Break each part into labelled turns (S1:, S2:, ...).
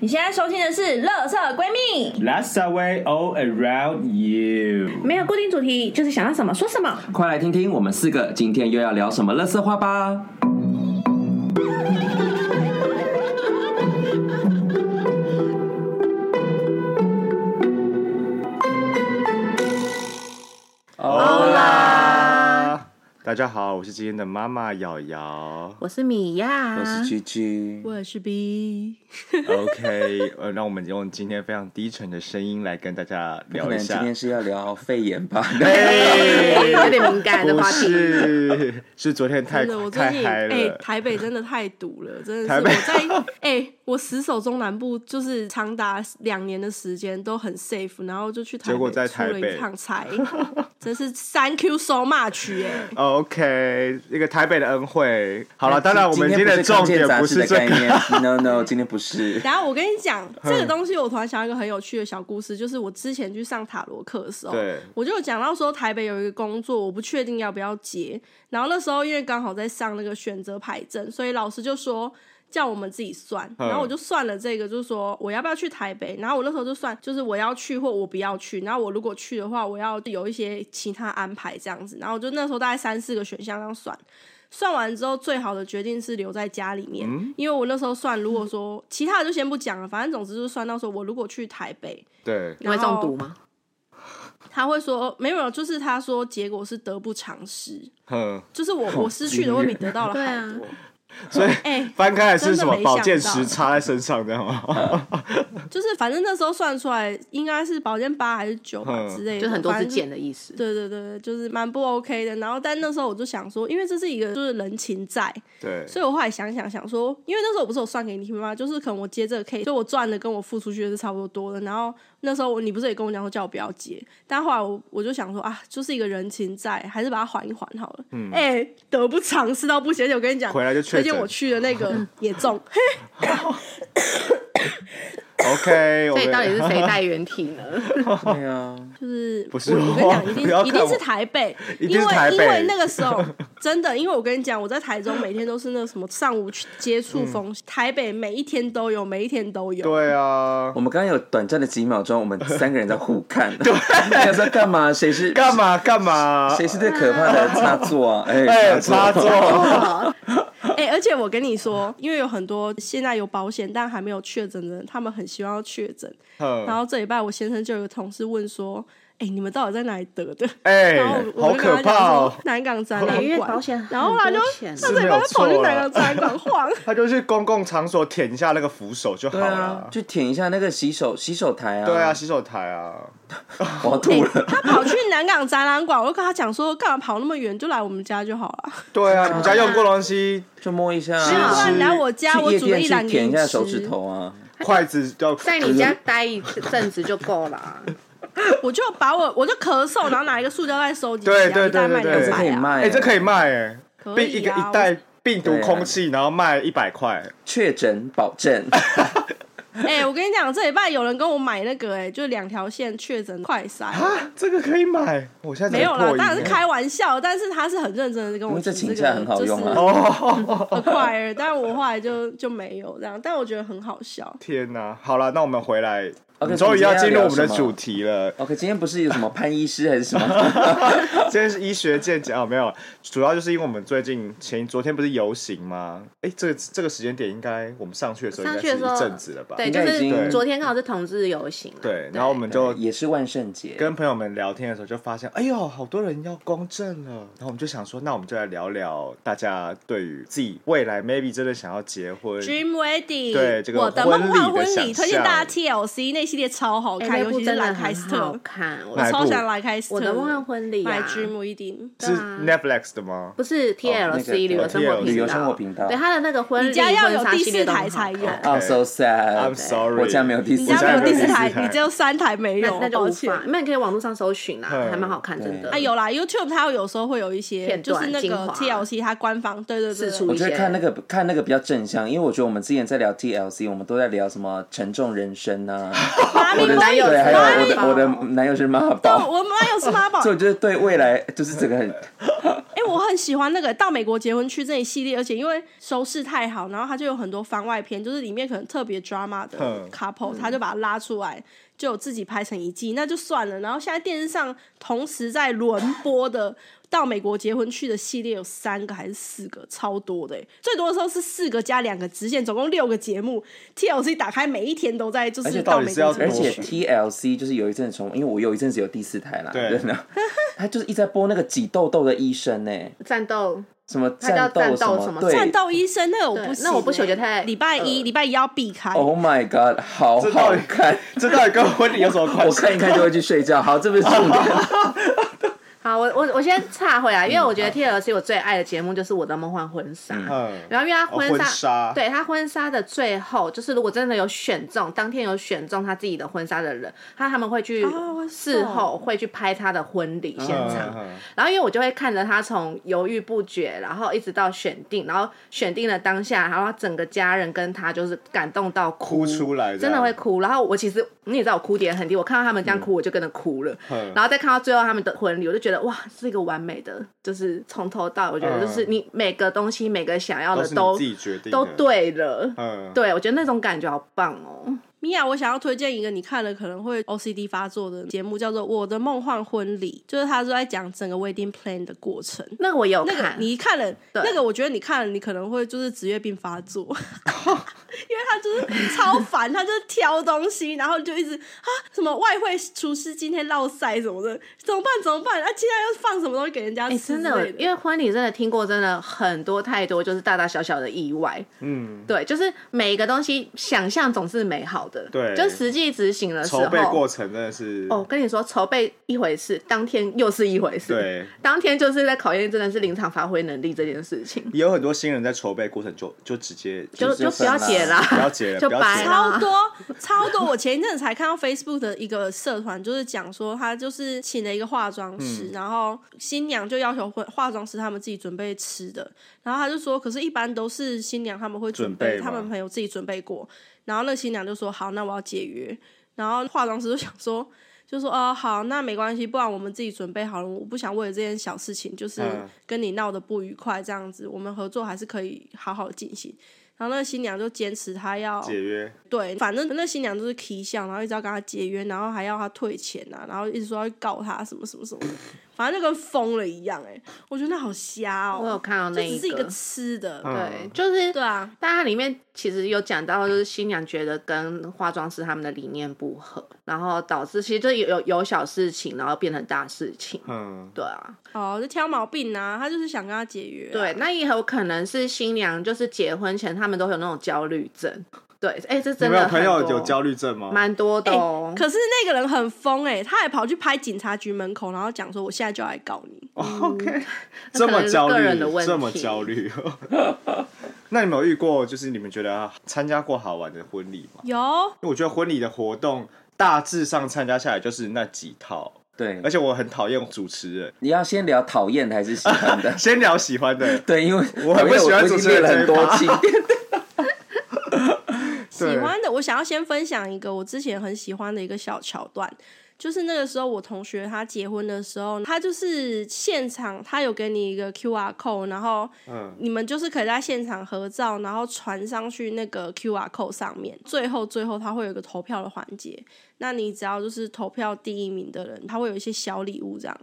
S1: 你现在收听的是《乐色闺蜜》，
S2: Let's away all around you。
S1: 没有固定主题，就是想要什么说什么。
S3: 快来听听我们四个今天又要聊什么乐色话吧！
S2: 大家好，我是今天的妈妈瑶 瑶，
S1: 我是米娅，
S2: 我是 G G。
S1: 我是 B，
S2: OK，呃，让我们用今天非常低沉的声音来跟大家
S3: 可
S2: 聊一
S3: 能今
S2: 下。
S3: 天是要聊肺炎吧？
S2: 哎
S1: 有点敏感的
S2: 不
S1: 话题。
S2: 是，是昨天太
S4: 真的，我最
S2: 太
S4: 近
S2: 嗨
S4: 哎、
S2: 了。
S4: 台北真的太堵了，真的
S2: 台
S4: 是
S2: 北
S4: 我在哎、我死守中南部，就是长达两年的时间都很 safe，然后就去台
S2: 结果
S4: 北
S2: 在
S4: 出
S2: 台
S4: 了
S2: 北
S4: 一趟差，真是 thank you so much 哎、
S2: OK，一个台北的恩惠。好了，当然我们
S3: 今
S2: 今天的重点不
S3: 不
S2: 是
S3: 是
S2: 这
S3: 看
S2: 个。
S3: 见杂志的概念 ，no no，今天 不是。
S4: 然后我跟你讲，这
S2: 嗯
S4: 个东西我突然想到一个很有趣的小故事，就是我之前去上塔罗课的时候，
S2: 对，
S4: 我就有讲到说台北有一个工作，我不确定要不要接。然后那时候因为刚好在上那个选择牌阵，所以老师就说叫我们自己算。
S2: 嗯
S4: 然后我就算了这个，就是说我要不要去台北。然后我那时候就算，就是我要去或我不要去。然后我如果去的话，我要有一些其他安排这样子。然后我就那时候大概三四个选项这样算。算完之后，最好的决定是留在家里面，因为我那时候算，如果说其他的就先不讲了，反正总之就是算到说，我如果去台北，
S2: 对，
S1: 你会中毒吗？
S4: 他会说没有，就是他说结果是得不偿失，
S2: 哼，
S4: 就是我我失去的会比得到的
S1: 对
S4: 还
S1: 啊
S4: 多。
S2: 所以
S4: 哎、
S2: 翻开来是什么
S4: 真的没想到
S2: 保健石插在身上，这样吗？
S4: 就是反正那时候算出来应该是保健八还是九吧
S2: 嗯
S4: 之类的，
S1: 就很多
S4: 反
S1: 支
S4: 正
S1: 箭的意思。
S4: 对对对，对就是蛮不 OK 的。然后，但那时候我就想说，因为这是一个就是人情债，
S2: 对，
S4: 所以我后来想想想说，因为那时候我不是有算给你听吗？就是可能我接这个 K，就我赚的跟我付出去的是差不多多的。然后那时候我你不是也跟我讲说叫我不要接，但后来我我就想说啊，就是一个人情债，还是把它还一还好了。嗯，哎、得不偿失到不行。而且我跟你讲，
S2: 回来就确
S4: 推
S2: 诊
S4: 荐我去的那个也中，
S2: OK，我
S1: 所以
S2: 们
S1: 到底是谁带原体 呢？
S3: 对啊，
S4: 就是
S2: 不是
S4: 我我跟你讲，
S2: 我
S4: 一
S2: 不要看我
S4: 定一定是台北，
S2: 一
S4: 因
S2: 定
S4: 为
S2: 是台北
S4: 因为那个时候真的，因为我跟你讲，我在台中每天都是那个什么上午去接触
S2: 嗯
S4: 风，台北每一天都有，每一天都有。
S2: 对啊
S3: 我，们刚刚有短暂的几秒钟，我们三个人在互 看， 对，在说干嘛？谁是
S2: 干？嘛干嘛？
S3: 谁是最可怕的插 座啊？
S2: 哎，
S3: 哎，
S2: 插座，
S4: 哎、而且我跟你说，因为有很多现在有保险但还没有确诊的人，他们很希望要确诊。
S2: 嗯
S4: 然
S2: 哼
S4: 后这礼拜我先生就有个同事问说：“哎、你们到底在哪里得的？”
S2: 哎
S4: 然后，我
S2: 好
S4: 就跟
S2: 可
S4: 他
S2: 怕
S4: 讲
S2: 哦
S4: 说。南港展
S1: 因
S4: 览
S1: 为
S4: 馆，
S1: 保险很
S4: 然后后来就
S1: 多钱啊
S4: 他这礼拜就跑
S2: 啊
S4: 去南港展览 馆晃。
S2: 他就去公共场所舔一下那个扶手就好
S3: 对啊
S2: 了，。
S3: 就舔一下那个洗手洗手台啊。
S2: 对啊，，洗手台啊，
S3: 我要吐了。
S4: 他跑去南港展览馆，我就跟他讲说：“干嘛跑那么远？就来我们家就好了。
S2: 对啊，你们家用过的东西，
S3: 就摸一下、
S2: 是
S4: 不
S2: 啊
S3: 啊，
S4: 然来我家，我
S3: 去夜
S4: 煮了
S3: 店
S4: 一
S3: 去
S4: 篮给
S3: 舔一
S4: 你
S3: 下
S4: 吃。
S3: 手指头啊，
S2: 筷子要
S1: 在你家待一阵子就够了啊。
S4: 我就把我我就咳嗽，然后拿一个塑胶袋收集起
S2: 对
S4: 来，
S2: 对
S4: 一袋
S2: 对
S4: 卖
S2: 对
S4: 两
S2: 对
S3: 这可以
S4: 百啊，
S3: 卖、
S2: 哎，这可以卖哎，
S4: 可
S2: 病一
S4: 以
S2: 个
S4: 啊。
S2: 一
S4: 我
S2: 袋病毒空气，
S3: 啊
S2: 然后卖一百块，
S3: 确诊保证，
S4: 哎、我跟你讲，这礼拜有人跟我买那个、哎，就两条线确诊快筛，
S2: 啊这个可以买，我现在
S4: 没有啦
S2: 了，，
S4: 当然是开玩笑，但是他是很认真的跟
S3: 因
S4: 我
S3: 为这
S4: 提
S3: 请
S4: 这
S3: 假
S4: 个，
S3: 很好用啊。
S4: 就是
S2: 哦，
S4: acquire，但我后来就就没有这样，但我觉得很好笑。
S2: 天哪！好了，那我们回来，
S3: OK，
S2: 你终于要进入我们的
S3: 今天要聊什么
S2: 主题了。
S3: OK，今天不是有什么潘医师还是什么？
S2: 今天是医学见解啊，没有，主要就是因为我们最近前昨天不是游行吗？哎、这个这个时间点应该我们上去的时候应
S1: 上
S2: 该
S1: 去的
S2: 是
S1: 时候
S2: 一阵子了吧？
S1: 对，
S3: 应
S1: 就
S3: 该已经
S1: 是昨天刚好是同志游行啊，
S2: 对然后我们 就
S3: 就也是万圣节，
S2: 跟朋友们聊天的时候就发现，哎呦，好多人要公证了，然后我们就想说，那我们就来聊聊大家对于自己未来 maybe 真的想要结婚，
S4: Dream Wedding，
S2: 对这个
S4: 我的梦
S2: 婚
S4: 幻
S2: 礼
S4: 婚
S2: 的想
S4: 礼，推荐大
S2: 象
S4: 家 TLC 那系列超好
S1: 哎，
S4: 看，
S1: 那
S4: 尤
S1: 部
S4: 其是
S1: 真的
S4: 兰开
S1: 很
S4: 斯
S1: 好
S4: 特，
S1: 看。
S4: 我
S2: 哪
S1: 我
S2: 一
S4: 超
S2: 部
S4: 想兰开斯特。
S1: 我的梦幻婚礼
S4: 买
S1: 啊，
S4: Dream Wedding，
S2: 是
S1: 啊
S2: Netflix 的吗？
S1: 不是 TLC、
S3: 哦那个
S1: 旅游生活频道，
S2: 旅
S3: 游生活频道
S1: 对他的那个婚礼，
S4: 你家要有
S1: 婚纱
S4: 第
S1: 系列
S4: 四
S1: 都很
S4: 台
S1: 好看
S4: 才有
S3: I'm Oh, so
S2: ，I'm
S3: sad，
S2: sorry，
S3: 我家没有第
S4: 你
S3: 四
S2: 我
S4: 家
S2: 现
S4: 没
S2: 在
S4: 有第四
S2: 四
S4: 台，
S2: 台，
S4: 你只有三台没
S1: 那
S4: 有，
S1: 那就
S4: 抱
S1: 无
S4: 歉
S1: 法，那你可以网络上搜寻啦，
S2: 嗯
S1: 还蛮好看，真的。
S4: 啊，有啦，YouTube 它有时候会有一些，
S1: 片
S4: 就
S1: 段
S4: 是那
S1: 精
S4: 个
S1: 华
S4: TLC 它官方对对
S1: 释
S4: 对
S1: 出
S4: 对
S3: 我觉得看那个看那个比较正向，因为我觉得我们之前在聊 TLC，我们都在聊什么沉重人生啊，
S4: 妈咪
S1: 我的男友
S3: 对，还有我
S1: 妈咪
S3: 的我的男友是妈宝，
S4: 我妈有是妈宝，
S3: 所以我觉得对未来就是整个很
S4: 哎，我很喜欢那个到美国结婚去这一系列，而且因为收视太好，然后它就有很多番外篇，就是里面可能特别 drama 的
S2: 嗯
S4: couple，他就把它拉出来，就有自己拍成一季，那就算了。然后现在电视上同时在轮播的到美国结婚去的系列有三个还是四个，超多的欸、最多的时候是四个加两个支线，总共六个节目。TLC 打开每一天都在，就
S3: 而
S4: 是
S3: 且
S4: 到
S2: 到
S4: 美
S2: 底是
S4: 国
S2: 要
S4: 结
S3: 而
S4: 婚
S3: 且
S4: 去
S3: TLC 就是有一阵从，因为我有一阵子有第四台啦，
S2: 对
S3: 真的，他就是一直在播那个挤痘痘的医生呢，
S1: 战斗
S3: 什么
S1: 它叫
S3: 战斗
S1: 战斗
S3: 什
S1: 什么
S3: 对
S4: 战斗医生那个我不
S1: 对
S4: 行欸、
S1: 那我不行我觉得太
S4: 礼拜一、
S2: 嗯
S4: 礼拜一要避开。
S2: 哦
S3: ，Oh my God，好
S2: 这
S3: 好
S2: 到底
S3: 看，
S2: 这到底跟婚礼有什么关
S3: 我
S2: 系？
S3: 看一看就会去睡觉。好，这不是重 点，
S1: 好，我我我先岔回来，因为我觉得 TLC 我最爱的节目就是《我的梦幻婚纱》。
S2: 嗯，
S1: 然后因为他
S2: 哦
S1: 婚
S2: 婚纱
S1: 对他婚纱的最后，就是如果真的有选中，当天有选中他自己的婚纱的人，他他们会
S2: 啊
S1: 去
S4: 哦会
S1: 事
S4: 送
S1: 后会去拍他的婚礼现场。
S2: 嗯嗯
S1: 然后因为我就会看着他从犹豫不决，然后一直到选定，然后选定了当下，然后整个家人跟他就是感动到哭
S2: 哭出来这样
S1: 真的会哭。然后我其实你也知道我哭点很低，我看到他们这样哭，我就跟着哭了。
S2: 嗯
S1: 然后再看到最后他们的婚礼，我就觉得哇，是一个完美的，就是从头到尾我觉得就是
S2: 嗯
S1: 你每个东西每个想要
S2: 都
S1: 的
S2: 是你
S1: 都
S2: 自己决定的，
S1: 都对了。
S2: 嗯，
S1: 对，我觉得那种感觉好棒哦！
S4: 米娅，我想要推荐一个你看了可能会 OCD 发作的节目，叫做《我的梦幻婚礼》，就是他是在讲整个 wedding plan 的过程。
S1: 那个我也有
S4: 那
S1: 看，
S4: 个你一看了，
S1: 对
S4: 那个我觉得你看了，你可能会就是职业病发作， 因为他就是超烦，他就是挑东西，然后就一直啊什么外汇厨师今天落塞什么的，怎么办怎么办？啊，现在要放什么东西给人家
S1: 哎、
S4: 吃
S1: 真
S4: 之
S1: 的
S4: 类，
S1: 因为婚礼真的听过真的很多太多，就是大大小小的意外。
S2: 嗯，
S1: 对，就是每一个东西想象总是美好的，
S2: 对
S1: 就实际执行的时候，
S2: 筹备过程真的是
S1: 哦，，跟你说，筹备一回事，当天又是一回事，，
S2: 对，
S1: 当天就是在考验真的是临场发挥能力这件事情，
S2: 也有很多新人在筹备过程就就直接
S1: 就
S3: 就
S1: 就是不要解啦，
S2: 不要结了，
S1: 就
S2: 不要
S1: 掰
S2: 结
S1: 了
S2: 了，
S4: 超多超多！我前一阵子才看到 Facebook 的一个社团，就是讲说他就是请了一个化妆
S2: 嗯
S4: 师，然后新娘就要求化化妆师他们自己准备吃的，然后他就说，可是一般都是新娘他们会准备，
S2: 准备吗
S4: 他们朋友自己准备过，然后那个新娘就说好，那我要解约，然后化妆师就想说。 就说哦好，那没关系，不然我们自己准备好了。我不想为了这件小事情，就是
S2: 嗯
S4: 跟你闹得不愉快这样子。我们合作还是可以好好进行。然后那个新娘就坚持她要
S2: 解约，
S4: 对，反正那新娘就是 K 项，然后一直要跟他解约，然后还要他退钱啊，然后一直说要告他什么什么什么的，反正就跟疯了一样哎、我觉得那好瞎
S1: 我有
S4: 哦、
S1: 看到
S4: 这
S1: 那
S4: 只
S1: 一
S4: 是一个
S1: 个，
S4: 吃的，
S1: 对
S2: 嗯，
S1: 就是
S4: 对啊，
S1: 但它里面其实有讲到，就是新娘觉得跟化妆师他们的理念不合，然后导致其实就有有有小事情，然后变成大事情。
S2: 嗯，
S1: 对啊，
S4: 哦，就挑毛病啊，他就是想跟他解约、啊欸
S1: 对，，那也有可能是新娘就是结婚前他们都有那种焦虑症。对，哎、这
S2: 你
S1: 真
S2: 们
S1: 的
S2: 有朋
S1: 很
S2: 友
S1: 多
S2: 有焦虑症吗？
S1: 蛮多的哦。
S4: 哎可是那个人很疯哎、他还跑去拍警察局门口，然后讲说我现在就要来告你，
S1: 哦
S2: OK，
S1: 那
S2: 嗯这
S1: 可能
S2: 么
S1: 是
S2: 焦
S1: 个
S2: 虑
S1: 人的问，
S2: 这么
S1: 题
S2: 焦虑。 那你们有遇过，就是你们觉得参加过好玩的婚礼吗？
S4: 有
S2: 因为我觉得婚礼的活动大致上参加下来就是那几套，
S3: 对
S2: 而，且我很讨厌主持人。？
S3: 你要先聊讨厌的还是喜欢的
S2: 先聊喜欢的，
S3: 对，因为
S2: 我很不喜欢
S3: 我已
S2: 主
S3: 经
S2: 持
S3: 列
S2: 人
S3: 了很多
S2: 这
S3: 期
S2: 一，
S4: 喜
S2: 对
S4: 欢的，我想要先分享一个我之前很喜欢的一个小桥段，就是那个时候我同学他结婚的时候，他就是现场他有给你一个 Q R code，然后
S2: 嗯，
S4: 你们就是可以在现场合照，然后传上去那个 Q R code 上面。最后最后他会有一个投票的环节，那你只要就是投票第一名的人，他会有一些小礼物这样。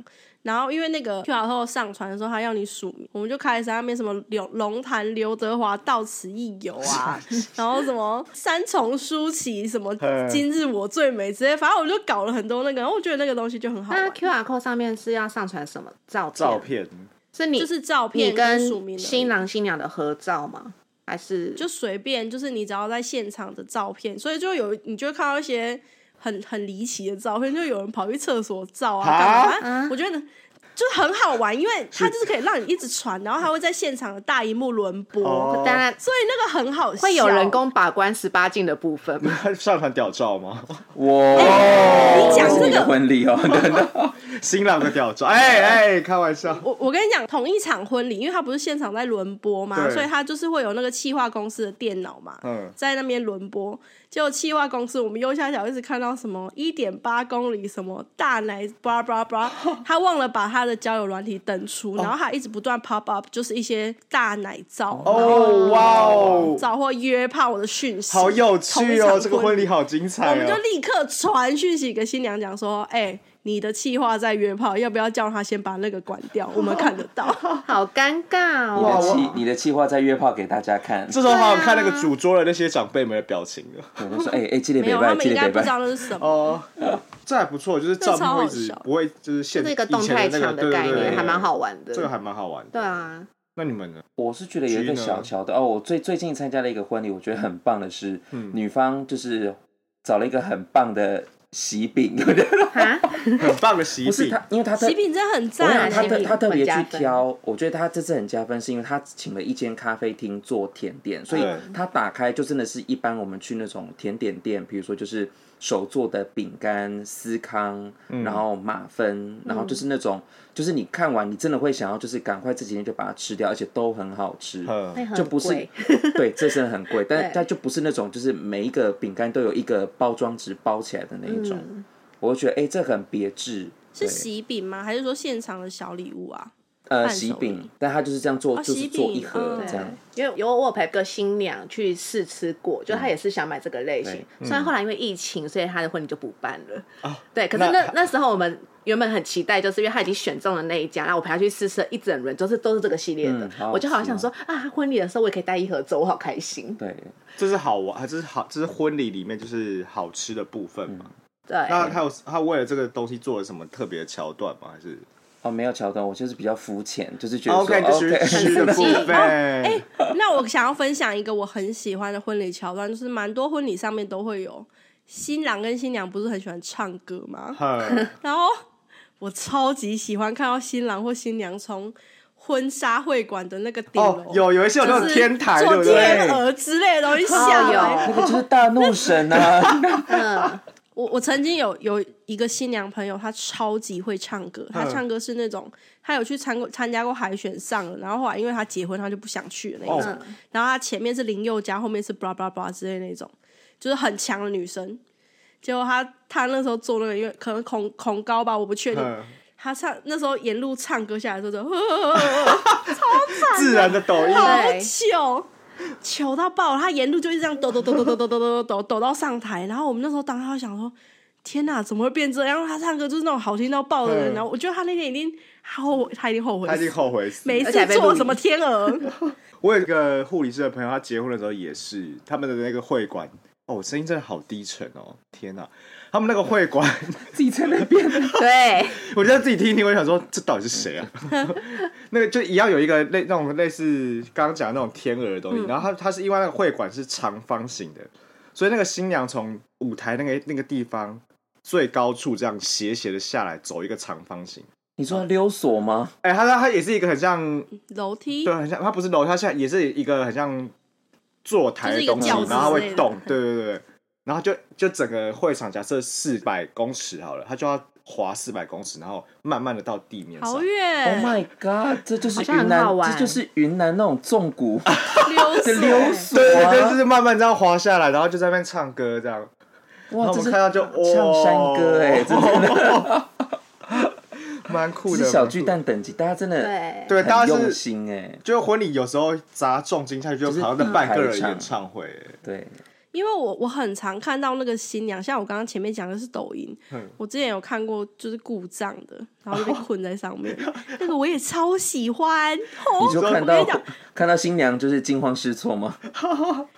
S4: 然后因为那个 Q R code 上传的时候，他要你署名，我们就开始在那边什么刘龙潭刘德华到此一游 啊，然后什么三重舒淇什么
S2: 嗯
S4: 今日我最美之类，反正我就搞了很多那个，然后我觉得那个东西就很好
S1: 那
S4: 玩，
S1: QR code 上面是要上传什么照片？
S2: 照片
S1: 是你
S4: 就是照
S1: 你
S4: 片署名
S1: 跟
S4: 的
S1: 新郎新娘的合照吗？还是
S4: 就随便，就是你只要在现场的照片，所以就有你就会看到一些很很离奇的照片，就有人跑去厕所照啊，
S2: 啊
S4: 干嘛？反正我觉得就很好玩，因为它就是可以让你一直传，然后它会在现场的大荧幕轮播，
S2: 哦
S1: 当然
S4: 所以那个很好笑。
S1: 会有人工把关十八禁的部分 吗？
S2: 上传屌照吗？
S3: 哇！
S2: 哎
S4: 你讲这个
S3: 是你的婚礼哦，真的
S2: 新郎的吊装，哎哎，开玩笑，
S4: 我我跟你讲，同一场婚礼，因为他不是现场在轮播嘛，
S2: 对
S4: 所以他就是会有那个企划公司的电脑嘛，
S2: 嗯
S4: 在那边轮播。结果企划公司，我们右下角一直看到什么一点八公里，什么大奶巴拉巴 拉巴拉，他忘了把他的交友软体登出，然后他一直不断 pop up，就是一些大奶照，
S2: 哦哇哦，
S4: 照或约炮的讯息，
S2: 好有
S4: 同一
S2: 趣
S4: 场
S2: 哦，这个婚礼好精
S4: 我
S2: 彩
S4: 们就
S2: 哦。
S4: 立刻传讯息给新娘讲说，哎、你的气话在约炮，要不要叫他先把那个关 掉？我们看得到。
S1: 好尴尬
S3: 你的
S1: 哦。
S3: 气，你的气话在约炮给大家看。
S2: 这时候好想看那个主桌的那些长辈们的表情哦了。
S3: 我们说，哎哎，这里
S4: 没
S3: 北
S4: 有，他
S3: 拜，
S4: 们
S3: 这
S4: 应
S3: 里
S4: 该
S3: 北
S4: 不知
S3: 拜。
S4: 道那是什 么。
S2: 哦，这还不错，就是照
S4: 这
S2: 片
S4: 超好
S2: 会一直
S4: 笑
S2: 不会就是现
S1: 就是一个
S2: 以
S1: 动
S2: 前
S1: 态
S2: 那
S1: 场
S2: 对
S1: 的概
S2: 对对
S1: 念，
S2: 对
S1: 还蛮好玩的。
S2: 这个还蛮好玩的。
S1: 对，啊，
S2: 那你们呢？
S3: 我是觉得有一个
S2: 局呢
S3: 小桥段哦，我最最近参加了一个婚礼，我觉得很棒的是，
S2: 嗯
S3: 女方就是找了一个很棒的喜饼，
S1: 哈，
S2: 很棒的喜
S3: 不是
S2: 饼，
S3: 他，因为他特
S4: 喜饼真的很
S3: 我
S4: 赞
S1: 想
S3: 想
S4: 啊，
S1: 他
S3: 他
S4: 喜
S1: 特
S3: 特
S4: 饼
S3: 他特别
S1: 很
S3: 去
S1: 加分
S3: 挑，我觉得他这次很加分，是因为他请了一间咖啡厅做甜点，所以
S2: 对
S3: 他打开就真的是一般我们去那种甜点店，比如说就是手做的饼干、司康，
S1: 嗯
S3: 然后马芬，然后就是那种，就是你看完你真的会想要就是赶快这几天就把它吃掉，而且都很好吃。
S2: 嗯
S1: 那很
S3: 就不是
S1: 贵
S3: 对，这真的很贵，但
S1: 对
S3: 它就不是那种就是每一个饼干都有一个包装纸包起来的那一种，
S1: 嗯
S3: 我就觉得哎、这很别致。
S4: 是
S3: 对
S4: 喜饼吗？还是说现场的小礼物啊？
S3: 呃
S4: 伴手
S3: 喜饼
S4: 礼，
S3: 但它就是这样做，
S4: 哦
S3: 就是
S4: 喜
S3: 做
S4: 饼
S3: 一盒
S4: 嗯
S3: 这样。
S1: 因为有我有陪个新娘去试吃过，就她也是想买这个类型
S3: 对。
S1: 虽然后来因为疫情，所以她的婚礼就不办了。
S2: 啊
S1: 对，可是那
S2: 那
S1: 那时候我们原本很期待，就是因为她已经选中了那一家，然后我陪她去试吃了一整轮，都是都是这个系列的
S3: 嗯好。好
S1: 我就好像想
S3: 吃
S1: 说啊，她婚礼的时候我也可以带一盒走，我好开心。
S3: 对，
S2: 这是好玩，这是好，这是婚礼里面就是好吃的部分嘛。
S1: 对，
S2: 那他有他为了这个东西做了什么特别的桥段吗？还是哦
S3: 哦，没有桥段，我就是比较肤浅，就是觉得说
S2: OK 就是吃的 部分？
S1: 哦
S2: 哎，
S4: 那我想要分享一个我很喜欢的婚礼桥段，就是蛮多婚礼上面都会有新郎跟新娘不是很喜欢唱歌吗？
S2: 哼
S4: 然后我超级喜欢看到新郎或新娘从婚纱会馆的那个顶楼
S2: 哦，，有有一些有那种
S4: 就是
S2: 天台，对
S4: 做
S2: 不
S4: 天
S2: 对？
S4: 鹅之类的东西下来
S1: 哦，
S3: 那个就是大怒 神啊！
S1: 嗯，
S4: 我我曾经有有一个新娘朋友，她超级会唱歌，
S2: 嗯
S4: 她唱歌是那种她有去参过参加过海选上了，然后后来因为她结婚，她就不想去了那一种。
S1: 嗯
S2: 哦
S4: 然后她前面是林宥嘉，后面是 blah blah blah 之类那种，就是很强的女生。结果她她那时候做那个，因为可能恐恐高吧，我不确定。
S2: 哼
S4: 她唱那时候沿路唱歌下来的时候就，哦
S2: 自然的抖音，
S4: 好
S1: 对
S4: 糗，糗到爆！他沿路就一直这样抖抖抖抖抖抖抖抖抖抖到上台，然后我们那时候当时还想说，天哪，怎么会变这样？他唱歌就是那种好听到爆的人，
S2: 嗯
S4: 然后我觉得他那天已经他后他已经后悔
S2: 他已经
S4: 死，
S2: 后悔死了。
S4: 每一
S1: 而且
S4: 次
S1: 还被录
S4: 做
S1: 影
S4: 什么天鹅，
S2: 我有一个护理师的朋友，他结婚的时候也是，他们的那个会馆，哦，声音真的好低沉哦，天哪！他们那个会馆，
S3: 自己在那边，
S1: 对，
S2: 我就自己听一听，我就想说，这到底是谁啊？ 那个就一样有一个类那种类似刚刚讲的那种天鹅的东西，然后它它是因为那个会馆是长方形的，所以那个新娘从舞台那个那个地方最高处这样斜斜的下来，走一个长方形。
S3: 你说溜索吗？
S2: 哎、它它它也是一个很像
S4: 楼梯
S2: 对，很像它不是楼，它现在也是一个很像坐台的东西，
S3: 就是一个轿子
S2: 然后它
S4: 之类
S2: 会
S4: 的嗯
S2: 动，对对对对，然后就就整个会场，假设四百公尺好了，它就要滑四百公尺，然后慢慢的到地面上
S4: 好。
S3: Oh
S4: 远，
S3: my god！这就是
S1: 好像很
S3: 云南
S1: 好，玩
S3: 这就是云南那种纵谷
S4: 溜
S3: 的
S4: 索
S3: 溜索
S2: 对对对，就
S3: 啊！
S2: 是慢慢这样滑下来，然后就在那边唱歌这样，然
S3: 哇，
S2: 后我
S3: 哦这
S2: 们
S3: 是
S2: 看到就
S3: 唱山 歌哎，这真的
S2: 的 蛮酷
S3: 是
S2: 的。
S3: 小巨蛋等级，大家真的
S1: 对，
S2: 对，大
S3: 很
S2: 家
S3: 用
S2: 是
S3: 心哎。
S2: 就婚礼有时候砸重金下去，就
S3: 就是
S2: 好像在办个人
S3: 地排
S2: 演唱会，哎
S3: 对，
S4: 因为我我很常看到那个新娘，像我刚刚前面讲的是抖音，
S2: 嗯哦
S4: 我之前有看过就是故障的，然后就被困在上面，那个我也超喜 欢，哦
S3: 你就看
S4: 我
S3: 到
S4: 跟你讲
S3: 看到新娘就是惊慌失措 吗？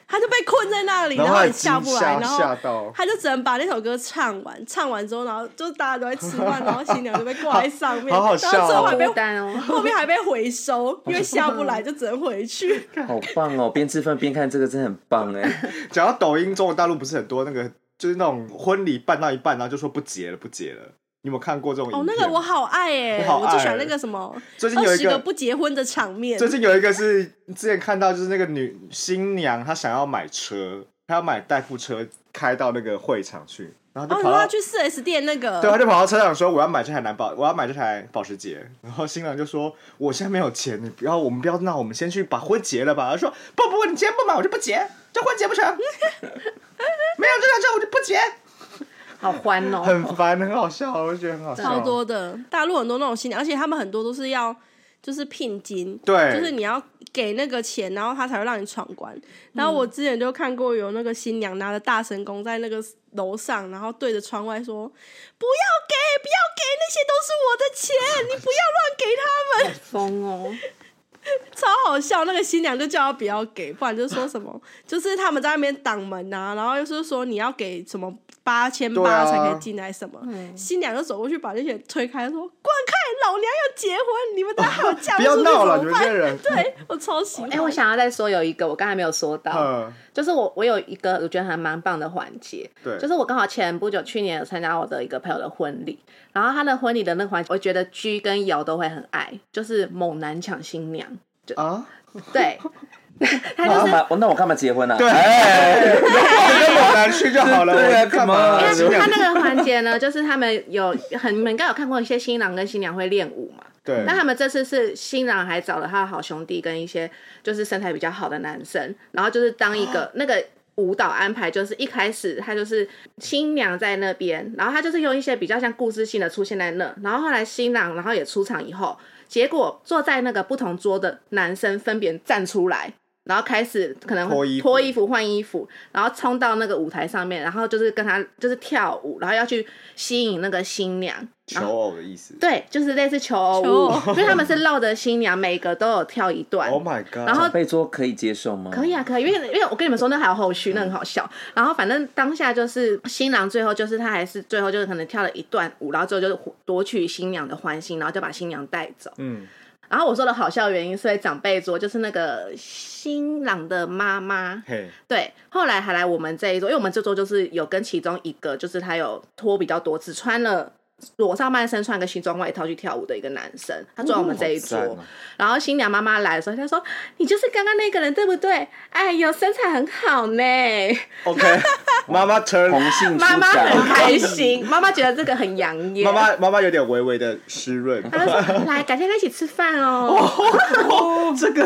S4: 他就被困在那里，
S2: 然
S4: 然
S2: 后
S4: 后
S2: 他
S4: 也下不来，
S2: 吓
S4: 然
S2: 吓
S4: 后
S2: 到，
S4: 他就只能把那首歌唱完，唱完之后，然后就大家都在 吃饭，然后新娘就被挂在上面，
S2: 好好好
S4: 然后最后
S2: 笑
S4: 还被
S1: 孤单哦。
S4: 后面还被回收，因为下不来就只能 回去。
S3: 好棒哦！边吃饭边看这个真的很棒哎。
S2: 讲到抖音，中国大陆不是很多那个，就是那种婚礼办到一半，然后就说不结了，不结了。你有没有看过这种
S4: 哦
S2: 影，
S4: 那
S2: 片？
S4: 个我好爱哎、
S2: 你好
S4: 我最喜
S2: 爱
S4: 欢那个什么
S2: 最近有
S4: 二
S2: 一
S4: 十个
S2: 个，
S4: 不结婚的场面
S2: 最，近有一个是之前看到，就是那个女新娘她想要买车，他要买代步车开到那个会场去，然后
S4: 哦，
S2: 就
S4: 你
S2: 跑
S4: 说
S2: 到、
S4: 要去四 S 店那个，
S2: 对，他就跑到车上说我要买这台蓝宝，我要买这台保时捷。然后新郎就说我现在没有钱，你不要，我们不要闹，我们先去把婚结了吧。他说不不，你今天不买我就不结，这婚结不成， 没有这辆车我就不结。
S1: 好欢 哦，
S2: 很烦，很好笑，我就觉得很好笑。
S4: 超多的，大陆很多那种新娘，而且他们很多都是要就是聘金，
S2: 对
S4: 就是你要给那个钱，然后他才会让你闯关。然后我之前就看过有那个新娘拿着大神功在那个楼上，然后对着窗外说：“不要给，不要给，那些都是我的钱，你不要乱给他们。
S1: 疯哦，”
S4: 超好笑，那个新娘就叫他不要给，不然就说什 么，就是他们在那边挡门啊，然后又是说你要给什么。八千
S2: 对啊嗯
S4: 八才可以进来，什么？新娘就走过去把那些人推开，说：“滚开，老娘要结婚，你们再还我 嫁
S2: 不
S4: 出
S2: 要
S4: 去
S2: 闹了，
S4: 怎
S2: 你
S4: 么
S2: 们这
S4: 办
S2: 些人？”。
S4: 对我超喜欢。
S1: 哎、我想要再说有一个，我刚才没有说到，
S2: 嗯，
S1: 就是我我有一个我觉得还蛮棒的环节，
S2: 对，
S1: 就是我刚好前不久去年有参加我的一个朋友的婚礼，然后他的婚礼的那个环节，我觉得 G 跟瑶都会很爱，就是猛男抢新娘，
S2: 啊，
S1: 对， 他 就
S3: 那干
S1: 是
S3: 嘛？我那我干嘛结婚啊？
S2: 对
S3: 哎
S2: 跟猛男去就好了，
S3: 对
S2: 我
S3: 啊
S2: 干
S3: 干
S2: 嘛
S3: 嘛？
S1: 因
S2: 新
S1: 为他
S2: 娘
S1: 那个环节呢，就是他们有很你们应该有看过一些新郎跟新娘会练舞嘛。
S2: 对啊
S1: 那，他们这次是新郎还找了他的好兄弟跟一些就是身材比较好的男生，然后就是当一
S2: 哦
S1: 个那个舞蹈安排，就是一开始他就是新娘在那边，然后他就是用一些比较像故事性的出现在那，然后后来新郎然后也出场以后，结果坐在那个不同桌的男生分别站出来。然后开始可能
S2: 脱衣服
S1: 脱衣服换衣服，然后冲到那个舞台上面，然后就是跟他就是跳舞，然后要去吸引那个新娘，然
S2: 求
S1: 后
S2: 偶的意思。
S1: 对，就是类似求偶
S4: 求
S1: 舞，因为他们是绕着新娘，每个都有跳一段。
S2: Oh my god！
S1: 然后
S3: 被捉可以接受吗？
S1: 可以啊，可以，因为因为我跟你们说，那还有后续，那很好笑。然后反正当下就是新郎最后就是他还是最后就是可能跳了一段舞，然后最后就是夺取新娘的欢心，然后就把新娘带走。
S2: 嗯，
S1: 然后我说的好笑的原因是在长辈桌，就是那个新郎的妈妈，
S2: 嘿，
S1: 对，后来还来我们这一桌，因为我们这桌就是有跟其中一个，就是他有脱比较多次，穿了裸上半身，穿个西装外套去跳舞的一个男生，他坐在我们这一桌。
S2: 好赞啊
S1: 然后新娘妈妈来的时候，她说：“你就是刚刚那个人对不对？哎呦，身材很好呢。”
S2: OK，妈 妈 turn，
S3: 同性出
S1: 妈妈很
S3: 宅，
S1: 开心，妈妈觉得这个很养眼。
S2: 啊 妈妈妈妈有点微微的湿润。
S1: 她就说：“来，改天再一起吃饭哦。
S2: 这个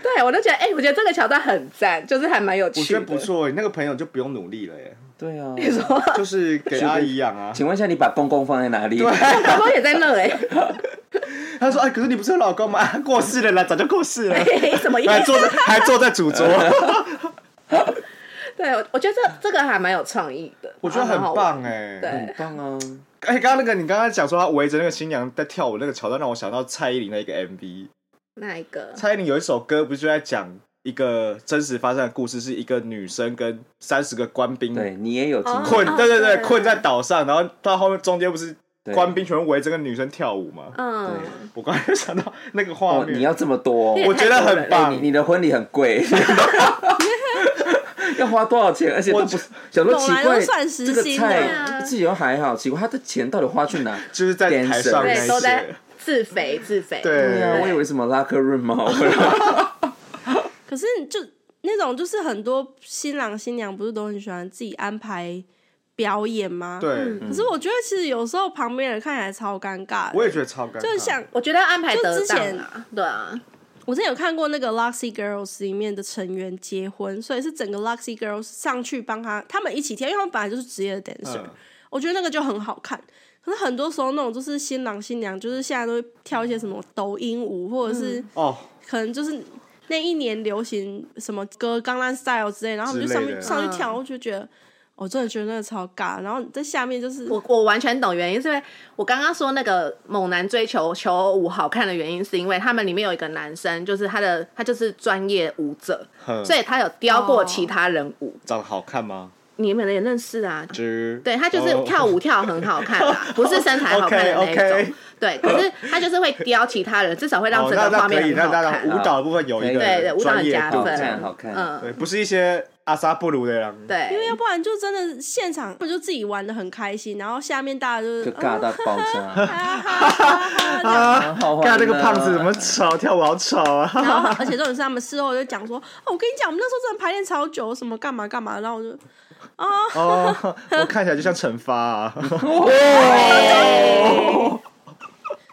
S1: 对，我就觉得，哎、我觉得这个桥段很赞，就是还蛮有趣
S2: 我
S1: 的。
S2: 觉得不 错，你欸那个朋友就不用努力 了耶，
S3: 对啊。
S2: 就是给阿姨养啊。
S3: 请问一下，你把公公放在哪里？
S1: 宝宝也在那哎、
S2: 他说：“哎，可是你不是有老公吗？啊过世了啦，早就过 世了，
S1: 嘿哎什么意思？
S2: 还坐在还坐在 主桌。”
S1: 对，我我觉得这这个还蛮有创意的，
S2: 我觉得
S1: 还蛮
S2: 很
S1: 好玩
S2: 棒。哎、
S1: 对
S3: 很棒啊！
S2: 而哎且刚刚那个你刚刚讲说他围着那个新娘在跳舞那个桥段，让我想到蔡依林的一个 MV。
S1: 那一个
S2: 蔡依林有一首歌不是就在讲一个真实发生的故事，是一个女生跟三十个官兵
S3: 对你也有经历，
S2: 困，
S1: 哦
S2: 对对对，
S1: 对
S2: 困在岛上，然后到后面中间不是
S3: 对
S2: 官兵全部围着个女生跳舞吗？
S1: 嗯，
S2: 我刚才 就想到那个画
S3: 哦，
S2: 面，
S3: 你要这么多哦，
S1: 对
S2: 我觉得很
S3: 哎
S2: 棒
S3: 你。你的婚礼很贵， 要花多少钱？而且都
S2: 我
S3: 不是想说
S4: 懂
S3: 奇
S4: 啦
S1: 啊
S3: 怪，
S4: 都算时
S3: 这个
S4: 薪
S1: 对啊
S3: 菜自己又还好，奇怪他的钱到底花去哪？
S2: 就是在台上那一
S1: 对，哎都在
S2: 些，
S1: 自肥自肥。
S2: 对
S3: 对啊，我以为什么啊拉克 润毛，
S4: 可是就那种就是很多新郎新娘不是都很喜欢自己安排表演
S1: 嗯
S4: 吗？。
S2: 对，
S3: 嗯
S4: 可是我觉得其实有时候旁边人看起来超尴尬的，
S2: 我也觉得超尴尬。
S4: 就像
S1: 我觉得安排得
S4: 就之
S1: 当
S4: 前
S1: 啊，对啊，
S4: 我之前有看过那个 Luxy Girls 里面的成员结婚，所以是整个 Luxy Girls 上去帮他他们一起跳，因为他们本来就是职业的 dancer，、
S2: 嗯
S4: 我觉得那个就很好看。可是很多时候那种就是新郎新娘，就是现在都会跳一些什么抖音舞，或者是
S2: 哦，
S4: 可能就是那一年流行什么歌《江南 Style》之类，然后我们就
S2: 之
S4: 上
S2: 类的
S4: 去上去跳，我就觉得我真的觉得那个超尬。然后你在下面就是
S1: 我我完全懂原因，是因为我刚刚说那个猛男追求求偶舞好看的原因，是因为他们里面有一个男生，就是他的他就是专业舞者，
S2: 哼
S1: 所以他有雕过
S4: 哦
S1: 其他人舞，
S2: 长得好看吗？
S1: 你们也认识啊，
S2: 之
S1: 对他就是
S2: 哦
S1: 跳舞跳得很好看啦， 不是身材好看的那一
S2: OK，OK
S1: 种。对，可是他就是会雕其他人，至少会让
S2: 哦，
S1: 整
S2: 那
S1: 个
S2: 那
S1: 画
S2: 可
S1: 面
S2: 以，那
S1: 很好
S2: 那
S1: 看。啊
S2: 那舞蹈的部分有一
S3: 对
S1: 对
S2: 个
S1: 对，舞蹈
S2: 专
S1: 很
S2: 业
S1: 加
S2: 度
S3: 好看
S1: 分，
S3: 好看
S1: 嗯，
S2: 对，不是一些阿萨布鲁的人，
S1: 对，
S4: 因为要不然就真的现场，我就自己玩的很开心，然后下面大家就是
S3: 就尬到爆炸，
S4: 啊哈哈哈这样
S2: 啊，
S3: 好玩
S2: 看那个
S3: 啊
S2: 胖子怎么吵，跳舞好吵 啊！
S4: 然后，而且重点是他们事后就讲说：“哦，我跟你讲，我们那时候真的排练超久，什么干嘛干嘛。”然后我就
S2: 哦，我看起来就像惩罚啊！